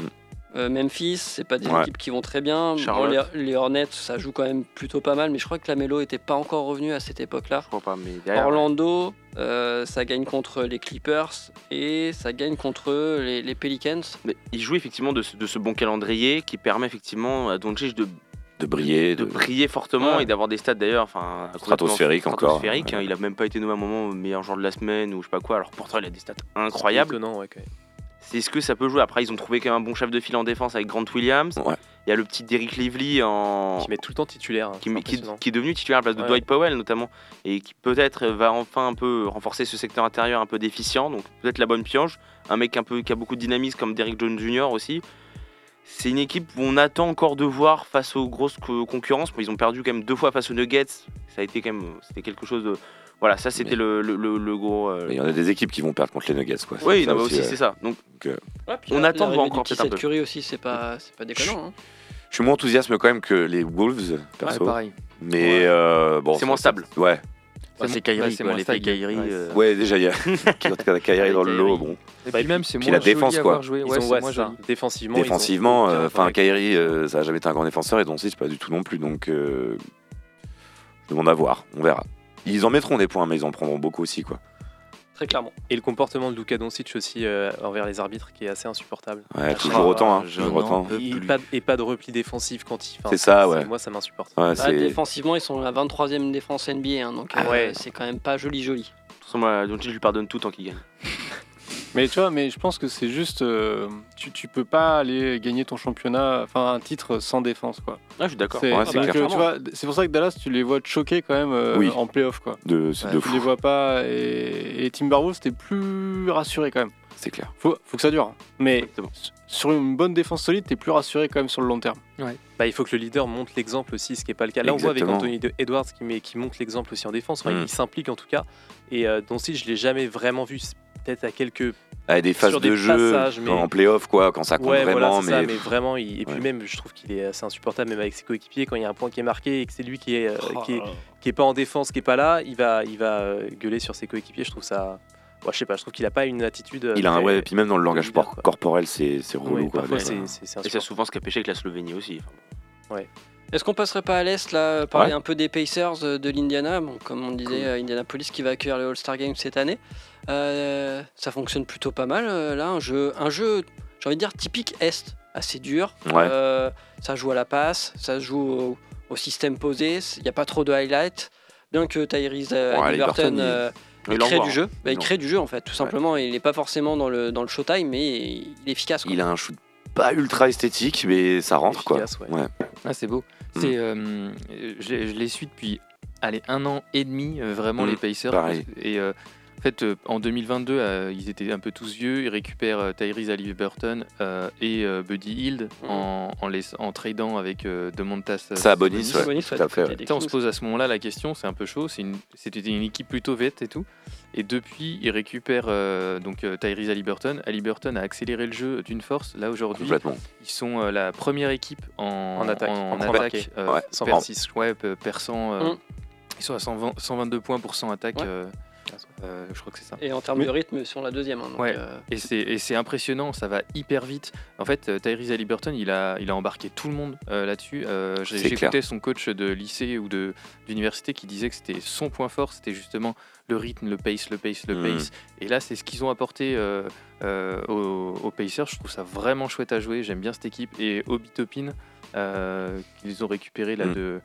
euh, Memphis, c'est pas des
Ouais.
équipes qui vont très bien. Bon,
Charlotte.
les, les Hornets, ça joue quand même plutôt pas mal, mais je crois que la Melo était pas encore revenu à cette époque-là.
Je crois pas, mais derrière.
Orlando, euh, ça gagne contre les Clippers et ça gagne contre les, les Pelicans.
Mais il joue effectivement de ce, de ce bon calendrier qui permet effectivement à Doncic de,
De briller,
de
de.
briller fortement
Ouais.
et d'avoir des stats d'ailleurs enfin
Stratosphériques
complètement
encore.
stratosphériques, hein. il a même pas été nommé à un moment meilleur joueur de la semaine ou je sais pas quoi. Alors pourtant il a des stats incroyables.
Étonnant, ouais, quand même.
C'est ce que ça peut jouer. Après ils ont trouvé quand même un bon chef de file en défense avec Grant Williams.
Ouais.
Il y a le petit Derrick Lively en
Qui met tout le temps titulaire. hein.
Oh. qui,
C'est
qui-
impressionnant.
qui est devenu titulaire à la place de
Ouais.
Dwight Powell notamment et qui peut-être va enfin un peu renforcer ce secteur intérieur un peu déficient donc peut-être la bonne pioche un mec un peu qui a beaucoup de dynamisme comme Derrick Jones Jr aussi c'est une équipe où on attend encore de voir face aux grosses co- concurrences ils ont perdu quand même deux fois face aux Nuggets ça a été quand même euh, c'était quelque chose de voilà ça c'était
Mais-
le, le, le- le gros euh,
Mais Il y en a des équipes qui vont perdre contre les Nuggets, quoi.
oui
ça euh,
non, mais aussi,
ouais.
c'est ça donc On
La-
attend de voir
l'arrivée
encore
du
peut-être un
17
peu.
Curry aussi, c'est pas, c'est pas déconnant. hein.
Je suis moins enthousiaste quand même que les Wolves, perso.
euh, pareil.
mais
Ouais.
euh, bon,
C'est moins stable.
Ouais.
Bah,
mo-
c'est Kyrie,
bah, c'est
quoi.
moins
L'effet
stable.
Kyrie.
Ouais,
euh,
Ouais, déjà, il y a Kyrie dans le lot. Bon,
Et puis même, c'est
puis
moins
la défense,
joli à
quoi.
voir jouer.
Ils
Ouais,
ont-
c'est
ouais,
moins
c'est ça.
joli.
Défensivement, ils ont-
défensivement,
ils ont bien
euh, enfin,
rapport
Kyrie, euh, ça n'a jamais été un grand défenseur et Doncic pas du tout non plus. Donc, euh, je demande à voir, on verra. Ils en mettront des points, mais ils en prendront beaucoup aussi, quoi.
Très clairement.
Et le comportement de Luka Doncic aussi euh, envers les arbitres qui est assez insupportable. Ah,
Ouais, toujours autant, hein,
je
toujours
n'en
autant.
peux
Et
plus.
pas, et pas de repli défensif quand il. enfin,
C'est ça, ouais.
Moi, ça m'insupporte.
Ouais,
Bah,
c'est-
défensivement, ils sont la 23e défense NBA, hein, donc
Ah
euh,
ouais.
c'est quand même pas joli joli.
toute façon, moi, Doncic, je lui pardonne tout tant qu'il gagne.
Mais tu vois, mais je pense que c'est juste, euh, tu, tu peux pas aller gagner ton championnat, enfin un titre sans défense quoi.
Ah, je suis d'accord.
C'est
Ouais,
c'est
c'est
que,
clair.
tu vois, c'est pour ça que Dallas, tu les vois choqués quand même euh,
Oui.
en playoff quoi.
de- C'est
Ouais,
de
Tu les
fou,
vois pas et, et Timberwolves t'es plus rassuré quand même.
c'est clair.
Faut, faut que ça dure. hein. Mais
Exactement.
s- sur une bonne défense solide, t'es plus rassuré quand même sur le long terme.
Bah, il faut que le leader monte l'exemple aussi, ce qui n'est pas le cas. Là, on voit
Exactement.
avec Anthony de- Edwards qui, met- qui monte l'exemple aussi en défense. Enfin,
Mm.
Il s'implique en tout cas. Et euh, Doncic, je l'ai jamais vraiment vu. C'est Peut-être à quelques.
Ah, et des phases
Sur des
de jeu
passages, mais-
en playoff, quoi, quand ça compte
ouais,
vraiment.
voilà, c'est ça,
mais
mais vraiment. il- Et puis
Ouais.
même, je trouve qu'il est assez insupportable, même avec ses coéquipiers, quand il y a un point qui est marqué et que c'est lui qui est, euh,
Oh
qui, est, qui est pas en défense, qui est pas là, il va, il va euh, gueuler sur ses coéquipiers. Je trouve ça. Ouais, je sais pas, je trouve qu'il a pas une attitude. euh,
il a un.
très-
Ouais, et puis même dans le
très
langage
leader,
por-
quoi.
corporel, c'est c'est relou,
Ouais,
quoi.
parfois,
mais-
c'est c'est- c'est
Et c'est
insupportable.
souvent ce qu'a pêché avec la Slovénie aussi. Enfin,
Est-ce qu'on passerait pas à l'Est, là, euh, parler
Ouais.
un peu des Pacers euh, de l'Indiana Bon, Comme on disait, euh, Indianapolis qui va accueillir le All-Star Game cette année. Euh, ça fonctionne plutôt pas mal, euh, là. Un jeu, un jeu j'ai envie de dire, typique Est. Assez dur.
Ouais.
Euh, ça joue à la passe, ça se joue au, au système posé. Il n'y a pas trop de highlights. Bien que Tyrese euh,
Ouais,
Haliburton,
Haliburton, il-
euh,
il
il crée
envoie,
du
hein.
jeu. Bah, il
Non.
crée du jeu, en fait, tout simplement. Il n'est pas forcément dans le, dans le showtime, mais il est efficace. quoi.
Il a un shoot pas ultra esthétique, mais ça rentre, quoi.
Efficace, ouais.
Ouais.
Ah, c'est beau.
Mm.
C'est, euh, je, les- je les suis depuis allez, un an et demi, euh, vraiment,
Mm,
les Pacers.
pareil.
Et euh, en fait, euh, en 2022, euh, ils étaient un peu tous vieux. Ils récupèrent euh, Tyrese Haliburton euh, et euh, Buddy Hield
Mm.
en, en, laiss- en tradant avec euh, Domantas euh,
Ça abonisse,
Sabonis.
ouais.
Sabonis,
tout
ouais,
à fait,
du côté
ouais.
des
Putain, on se
Kings.
pose à ce moment-là la question, c'est un peu chaud. c'est une- C'était une, équipe plutôt vête et tout. Et depuis, ils récupèrent euh, donc euh, Tyrese Haliburton. Haliburton a accéléré le jeu d'une force. Là aujourd'hui,
Complètement.
ils sont euh, la première équipe en,
En attaque, en
en,
points marqués.
attaque euh,
Ouais,
per-
126.
ouais, pe- perçant. euh,
Mm.
Ils sont à 120 122 points pour 100 attaques.
Ouais.
euh, euh, je crois que c'est ça.
Et en termes de rythme, si on la deuxième. hein, donc,
Ouais.
euh,
Et c'est et c'est impressionnant, ça va hyper vite. En fait, euh, Tyrese Haliburton, il a, il a embarqué tout le monde euh, là-dessus. Euh, j'ai-
C'est
J'écoutais son coach de lycée ou de- d'université qui disait que c'était son point fort, c'était justement le rythme, le pace, le pace, le
Mhm.
pace. Et là, c'est ce qu'ils ont apporté euh, euh, aux, aux Pacers. Je trouve ça vraiment chouette à jouer. J'aime bien cette équipe. Et Obi Topin, euh, qu'ils ont récupéré là
Mhm.
de,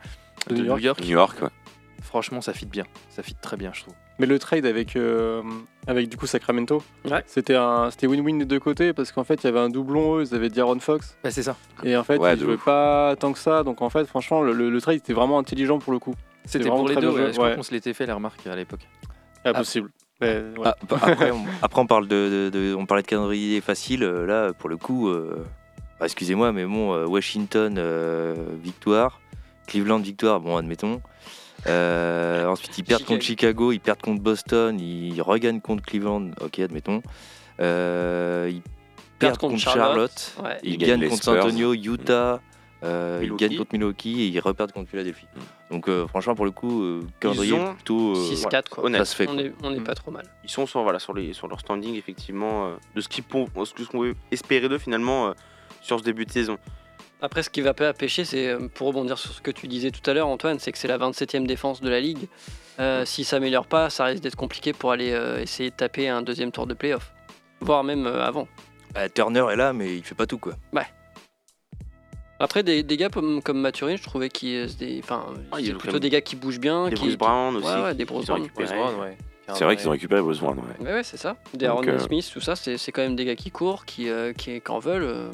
De
de
New
New,
York.
York.
New York, ouais.
Franchement, ça fit bien. Ça fit très bien, je trouve.
Mais le trade avec, euh, avec du coup Sacramento,
Ouais.
c'était un c'était win-win des deux côtés parce qu'en fait il y avait un doublon, eux, ils avaient D'Aaron Fox
Bah, c'est ça.
et en fait
Ouais,
ils
de
jouaient
ouf.
pas tant que ça. Donc en fait franchement le, le- le trade était vraiment intelligent pour le coup.
C'était
vraiment
pour les
très
deux.
bien joué,
ouais. Je crois
ouais.
qu'on se l'était fait la remarque à l'époque. Ah.
Impossible. Mais, ouais.
Ah, bah, après, on, après, on parle de, de- de- on parlait de calendrier facile. euh, Là, pour le coup, euh, bah, excusez-moi, mais bon, euh, Washington euh, victoire, Cleveland victoire, bon, admettons. Euh, ensuite, ils perdent contre Chicago, ils perdent contre Boston, ils regagnent contre Cleveland, ok, admettons. Euh, ils perdent contre, Charlotte,
Ouais.
ils,
Ils gagnent
gagnent
les
contre
Spurs.
San Antonio, Utah. euh, ils
Milwaukee.
gagnent contre Milwaukee et ils reperdent contre Philadelphie.
Mm.
Donc euh, franchement pour le coup, euh, calendrier
ont
plutôt euh,
6-4,
voilà,
quoi.
ça se fait.
On est, on est
Mm.
pas trop mal.
ils sont sur, voilà, sur, les, sur leur standing, effectivement, euh, de ce qu'ils pon- ce que- ce qu'on peut espérer d'eux, finalement, euh, sur ce début de saison.
Après, ce qui va pas pêcher, c'est euh, pour rebondir sur ce que tu disais tout à l'heure, Antoine, c'est que c'est la 27e défense de la ligue. Euh, si ça s'améliore pas, ça risque d'être compliqué pour aller euh, essayer de taper un deuxième tour de playoff, voire même euh, avant.
Bah, Turner est là, mais il fait pas tout quoi.
Après, des, des gars comme, comme Maturin, je trouvais qu'ils se dé- enfin,
Ah, il
c'est
joue
plutôt
comme-
des gars qui bougent bien,
Des
qui
Bruce Brown aussi.
Ouais, ouais,
qui-
des
qui
Bruce
sont
Brown.
récupérés.
C'est vrai qu'ils ont récupéré Bruce Brown, ouais.
Ouais, ouais, c'est ça. Des Aaron
Donc, euh,
Smith, tout ça, c'est c'est quand même des gars qui courent, qui, euh, qui, qui en veulent. euh.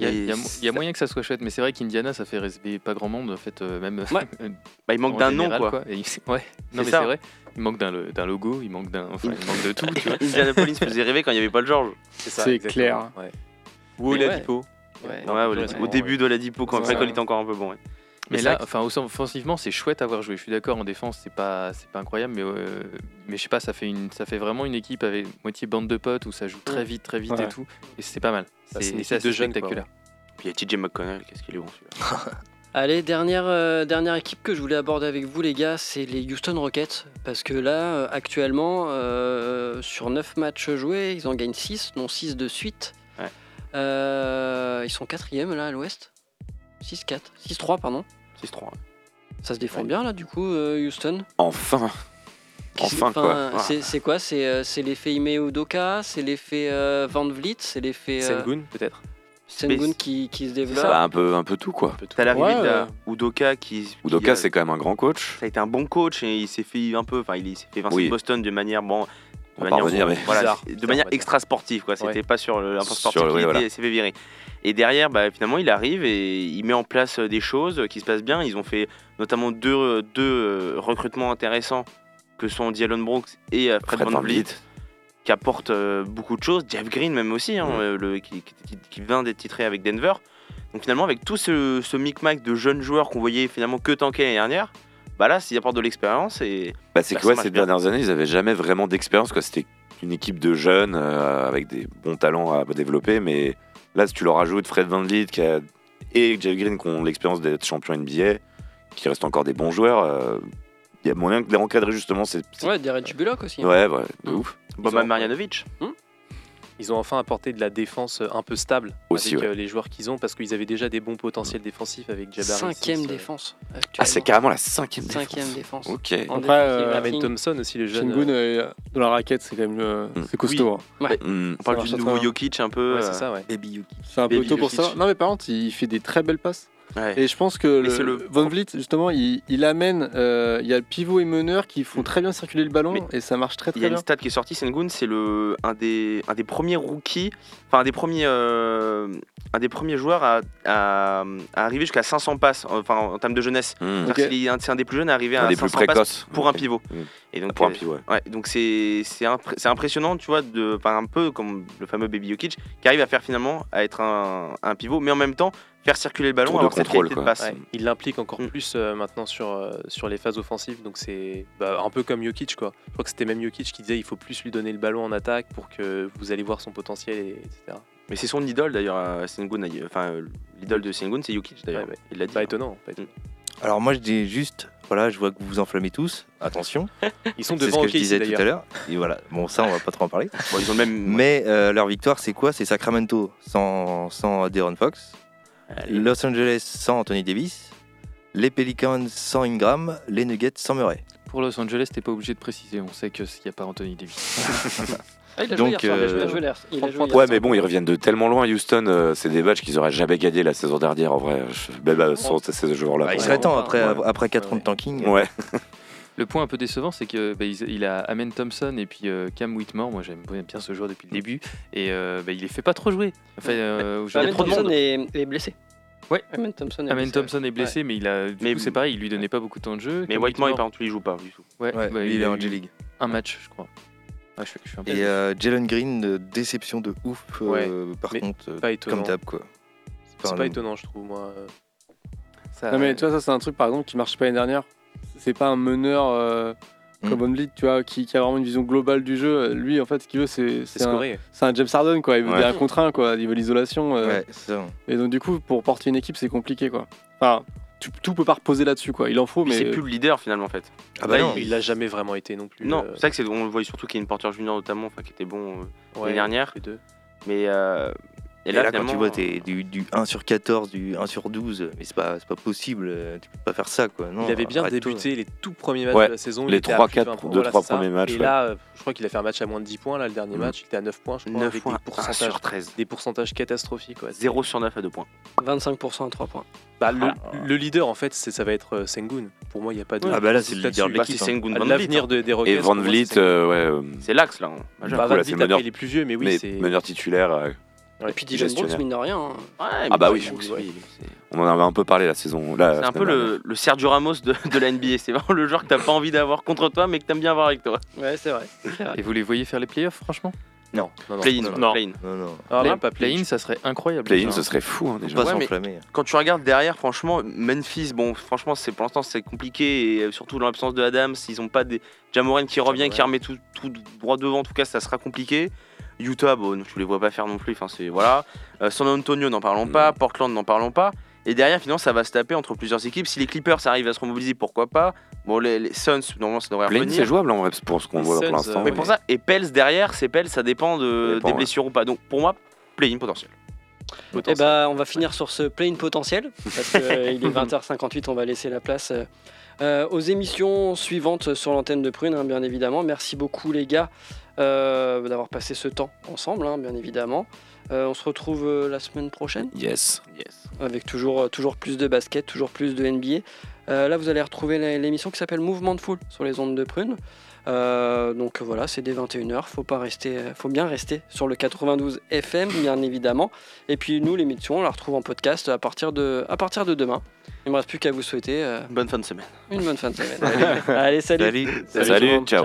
Il y
Et
a, il y a mo- il y a
ça-
moyen que ça soit chouette, mais c'est vrai qu'Indiana, ça fait rêver pas grand monde, en fait, euh, même.
Ouais.
Bah, il manque d'un nom, quoi.
Et il- ouais, non, mais
ça.
c'est vrai. Il manque d'un lo- d'un logo, il manque, d'un- enfin, il manque de tout, tu vois.
Indianapolis faisait rêver quand il n'y avait pas le George.
ça,
C'est
exactement.
clair.
Ouais.
Mais
Ou
ouais.
Oladipo.
Ouais.
Ouais, Oladipo.
ouais.
au début d'Oladipo, quand après,
C'est ça.
quand il était encore un peu bon. ouais.
Mais
c'est
là,
vrai que-
enfin, aussi, offensivement, c'est chouette à avoir joué. Je suis d'accord, en défense, c'est pas, c'est pas incroyable, mais, euh, mais je sais pas, ça fait, une, ça fait vraiment une équipe avec moitié bande de potes où ça joue très vite, très vite
Ouais.
et tout. Et c'est pas mal.
Ça,
C'est
c'est une
c'est
équipe de
assez
jeunes, quoi,
spectaculaire.
Puis il y a TJ McConnell, qu'est-ce qu'il est bon celui-là.
Allez, dernière, euh, dernière équipe que je voulais aborder avec vous, les gars, c'est les Houston Rockets. Parce que là, euh, actuellement, euh, sur 9 matchs joués, ils en gagnent 6, dont 6 de suite.
Ouais.
Euh, ils sont quatrième là à l'ouest. 6-4. 6-3, pardon.
6-3.
Ça se défend bien là, du coup, euh, Houston.
Enfin Enfin,
Enfin,
quoi. Ah.
euh, c'est- C'est quoi C'est euh, c'est l'effet Ime Udoka, c'est l'effet euh, Van Vliet, c'est l'effet euh,
Sengun, peut-être.
Sengun qui, qui se développe.
Bah, un, peu, un peu tout, quoi.
T'as la
Ouais,
limite euh,
ouais.
Udoka qui. qui,
Udoka,
euh,
c'est quand même un grand coach.
Ça a été un bon coach et il s'est fait un peu. Enfin, il s'est fait vincer
Oui.
de Boston de manière. Bon, de
On va pas
manière,
revenir, mais.
voilà,
Bizarre.
c'est- de
Bizarre,
manière
on va dire.
extra sportive, quoi. C'était
Ouais.
pas sur le- l'impasse
Sur-
sportif
oui,
qu'il
voilà.
était- s'est fait virer. Et derrière, bah, finalement, il arrive et il met en place euh, des choses euh, qui se passent bien. Ils ont fait notamment deux, euh, deux euh, recrutements intéressants que sont Dylan Brooks et euh, Fred,
Fred
Van
VanVleet.
Vliet qui apporte euh, beaucoup de choses. Jeff Green même aussi, hein,
Mm.
euh, le- qui, qui- qui vient d'être titré avec Denver. Donc finalement, avec tout ce, ce micmac de jeunes joueurs qu'on voyait finalement que tanker l'année dernière, bah là, s'ils apportent de l'expérience et
Bah, c'est
Bah,
que ouais,
ça
ces
marche bien.
dernières années, ils n'avaient jamais vraiment d'expérience. quoi. C'était une équipe de jeunes euh, avec des bons talents à développer. Mais là, si tu leur rajoutes Fred Van Vliet qui a- et Jeff Green qui ont l'expérience d'être champion NBA, qui restent encore des bons joueurs, euh, il y a moyen de les encadrer justement. C'est, c'est-
Ouais, Derek Bullock aussi.
ouais,
hein.
ouais, de
Mm.
ouf.
Boban Marjanovic.
Ils ont enfin apporté de la défense euh, un peu stable
Aussi,
avec
ouais.
euh, les joueurs qu'ils ont parce qu'ils avaient déjà des bons potentiels
Mm.
défensifs avec Jabari.
Cinquième
Smith, euh,
défense.
Ah, c'est
actuellement.
carrément la cinquième défense.
Cinquième défense.
Ok.
En
Après, euh,
défensive
Amen
rating.
Thompson aussi, le jeune.
Shingun,
euh,
euh, dans la raquette, c'est quand même euh,
Hmm.
Mm.
c'est costaud. hein.
Mm.
On parle
marche
du
à
nouveau
travers.
Jokic un peu.
ouais,
euh,
c'est ça, ouais.
Baby Yuki.
C'est un peu
Baby
tôt pour ça.
Jokic.
Non, mais par contre, il fait des très belles passes.
ouais.
Et je pense que
Mais c'est
le,
le-
Von Vliet, justement, il, il amène. euh, il y a le pivot et meneur qui
Hmm.
font très bien circuler le ballon
Mais
et ça marche très
Il y a
très
une
bien.
stat qui est sortie, Sengun, c'est le un des un des premiers rookies, enfin un des premiers euh, un des premiers joueurs à, à- à arriver jusqu'à 500 passes, enfin en termes de jeunesse.
Mm.
C'est-à-dire qu'il est un- C'est un des plus jeunes à arriver
Un
à
des plus
500 passes
précoces.
pour un
Ok.
pivot.
Mm.
Et donc
Pour un
euh,
pivot, ouais.
Ouais, donc c'est c'est impré- c'est impressionnant, tu vois, de, enfin, un peu comme le fameux Baby Jokic, qui arrive à faire finalement à être un, un pivot, mais en même temps faire circuler le ballon,
Tour de
avoir cette
contrôle,
qualité de
quoi.
passe.
Ouais, il l'implique encore
Mm.
plus euh, maintenant sur, euh, sur les phases offensives, donc c'est bah, un peu comme Jokic quoi. Je crois que c'était même Jokic qui disait il faut plus lui donner le ballon en attaque pour que vous allez voir son potentiel, et, etc.
Mais c'est son idole d'ailleurs, euh, Sengun, euh, enfin euh, l'idole de Sengun, c'est Jokic d'ailleurs.
Ouais, ouais.
Il l'a
Bah,
dit.
Pas étonnant. pas étonnant.
Alors moi je dis juste, voilà, je vois que vous vous enflammez tous. Attention,
Ils sont
c'est ce
devant
que je
OKC
disais tout à
d'ailleurs.
l'heure. Et voilà, bon ça on va pas trop en parler.
Bon, ils ont le même.
Mais euh, leur victoire c'est quoi C'est Sacramento sans, sans De'Aaron Fox,
Allez.
Los Angeles sans Anthony Davis, les Pelicans sans Ingram, les Nuggets sans Murray.
Pour Los Angeles, t'es pas obligé de préciser. On sait qu'il n'y a pas Anthony Davis.
Ah, il a joué
Donc,
hier soir, il a joué- il a
euh,
joué hier- il a joué hier
Ouais,
soir.
mais bon, ils reviennent de tellement loin, Houston. euh, c'est des matchs qu'ils auraient jamais gagnés la saison dernière, en vrai. Je- Même euh, sans ces joueurs-là.
Bah, il
quoi.
serait temps après,
Ouais.
après 4
Ouais,
ans de tanking.
Ouais.
Le point un peu décevant, c'est que bah, ils- il a Amen Thompson et puis euh, Cam Whitmore. Moi, j'aime bien ce joueur depuis le début et euh, bah, il les fait pas trop jouer. Enfin, euh, aujourd'hui,
Amen
trop de
Thompson
monde.
est, est blessé.
Ouais.
Amen Thompson est
Amen
blessé.
Thompson est blessé, mais il a. Du
Mais-
coup, c'est pareil, il lui donnait pas beaucoup de temps de jeu.
Mais
Cam
Whiteman,
Whitmore,
par contre, il joue pas du tout.
ouais,
Ouais,
bah,
lui,
il,
il est
a
en
eu
G-League.
Un match, je crois. Ah, je, je suis un peu-
Et euh, Jalen Green, euh, déception de ouf, euh, par
mais
contre, euh,
Pas étonnant.
comme d'hab quoi.
C'est
Enfin,
pas étonnant, je trouve moi. euh, ça-
Non, mais tu vois, ça, c'est un truc par exemple qui marche pas l'année dernière. C'est pas un meneur euh,
Mm.
comme Von Vliet, tu vois, qui, qui a vraiment une vision globale du jeu. Lui, en fait, ce qu'il veut, c'est
c'est
c'est un,
scoré.
c'est un James Harden, quoi. Il veut
Ouais.
des un contre un, quoi. Il veut l'isolation. euh,
Ouais, c'est ça.
Et donc, du coup, pour porter une équipe, c'est compliqué, quoi. Enfin, tout, tout peut pas reposer là-dessus, quoi. Il en faut,
Puis
mais.
euh,
c'est plus le leader finalement en fait.
Ah bah
Là,
non.
Il l'a jamais vraiment été non plus.
Non,
euh,
c'est vrai que c'est, on le voit surtout qu'il y a une porteur junior notamment, enfin qui était bon euh,
ouais,
l'année dernière.
les deux.
Mais euh,
Et là, quand
finalement,
tu vois t'es du, du 1 sur 14, du 1 sur 12, mais c'est pas, c'est pas possible, euh, tu peux pas faire ça quoi. Non,
il avait bien
arrête-toi.
débuté les tout premiers matchs
Ouais,
de la saison. il
les
était à
trois,
plus de
quatre,
20,
deux, trois
c'est ça.
premiers matchs,
Et
ouais.
là, euh, je crois qu'il a fait un match à moins de 10 points. Là, le dernier
Mhm.
match, il était à 9 points, je crois,
9
avec
points,
des
1
Ah,
pourcentages,
sur 13.
des pourcentages catastrophiques. Quoi.
0 sur 9 à 2 points.
25% à 3 points.
Bah, le,
Ah.
le leader, en fait, c'est- ça va être euh, Sengun. Pour moi, il n'y a pas de.
Ah bah là, c'est le leader de
là-dessus.
Bah,
l'équipe,
c'est Sengun
À
Van Vliet,
L'avenir
hein.
de- des Rockets.
Et Van
pour moi,
Vliet,
c'est Sengun.
euh, ouais. euh,
C'est l'axe là. hein, majeur.
Bah,
coup,
Van
là,
Vliet,
c'est
après,
meneur-
il est plus vieux, mais oui,
mais
c'est.
meneur titulaire. euh,
Et puis Dylan Brooks,
Gestionnaire.
mine de rien. hein.
Ouais,
Ah bah
mais
oui.
Brooks, c'est-
On en avait un peu parlé la saison. Là,
C'est
la
un peu
semaine
le, le Sergio Ramos de, de la NBA. C'est vraiment le joueur que t'as pas envie d'avoir contre toi, mais que t'aimes bien avoir avec toi.
Ouais, c'est vrai.
euh,
Et vous les voyez faire les playoffs, franchement
Non, non, non.
Play-in.
Non.
play-in.
Non, non,
Ah,
Play-
non, pas play-in.
Play-in, ça serait incroyable.
Play-in,
ça.
ce serait fou hein, déjà.
faut pas
Ouais, mais-
s'enflammer.
Quand tu regardes derrière, franchement, Memphis, bon, franchement, c'est pour l'instant c'est compliqué et euh, surtout dans l'absence de Adams, ils ont pas des Jamoran qui revient, qui
Jamoran.
remet tout, tout droit devant. En tout cas, ça sera compliqué. Utah, bon, tu les vois pas faire non plus. Enfin, c'est voilà. Euh, San Antonio, n'en parlons pas. Portland, n'en parlons pas. Et derrière, finalement, ça va se taper entre plusieurs équipes. Si les Clippers arrivent à se remobiliser, pourquoi pas Bon, les, les Suns, normalement, ça devrait
Play-in,
revenir.
c'est jouable en vrai, pour ce qu'on
Les
voit
Suns,
pour l'instant.
euh,
Mais pour ça, et Pels derrière, c'est Pels, ça dépend, de,
Ça dépend,
des blessures ou pas. Donc pour moi, play-in potentiel.
Eh
potentiel.
ben, on va finir sur ce plane potentiel, parce qu'il est 20h58, on va laisser la place euh, euh, aux émissions suivantes sur l'antenne de Prune, hein, bien évidemment. Merci beaucoup, les gars, euh, d'avoir passé ce temps ensemble, hein, bien évidemment. Euh, on se retrouve euh, la semaine prochaine
Yes.
Yes.
avec toujours, euh, toujours plus de basket, toujours plus de NBA. Euh, là, vous allez retrouver la- l'émission qui s'appelle Mouvement de Foule sur les ondes de prune. Euh, donc voilà, c'est dès 21h. Faut pas rester, euh, faut bien rester sur le 92 FM, bien évidemment. Et puis nous, l'émission, on la retrouve en podcast à partir de, à partir de demain. Il me reste plus qu'à vous souhaiter euh,
Bonne fin de semaine.
une bonne fin de semaine. allez, salut.
Salut.
Salut,
tout le monde.
ciao.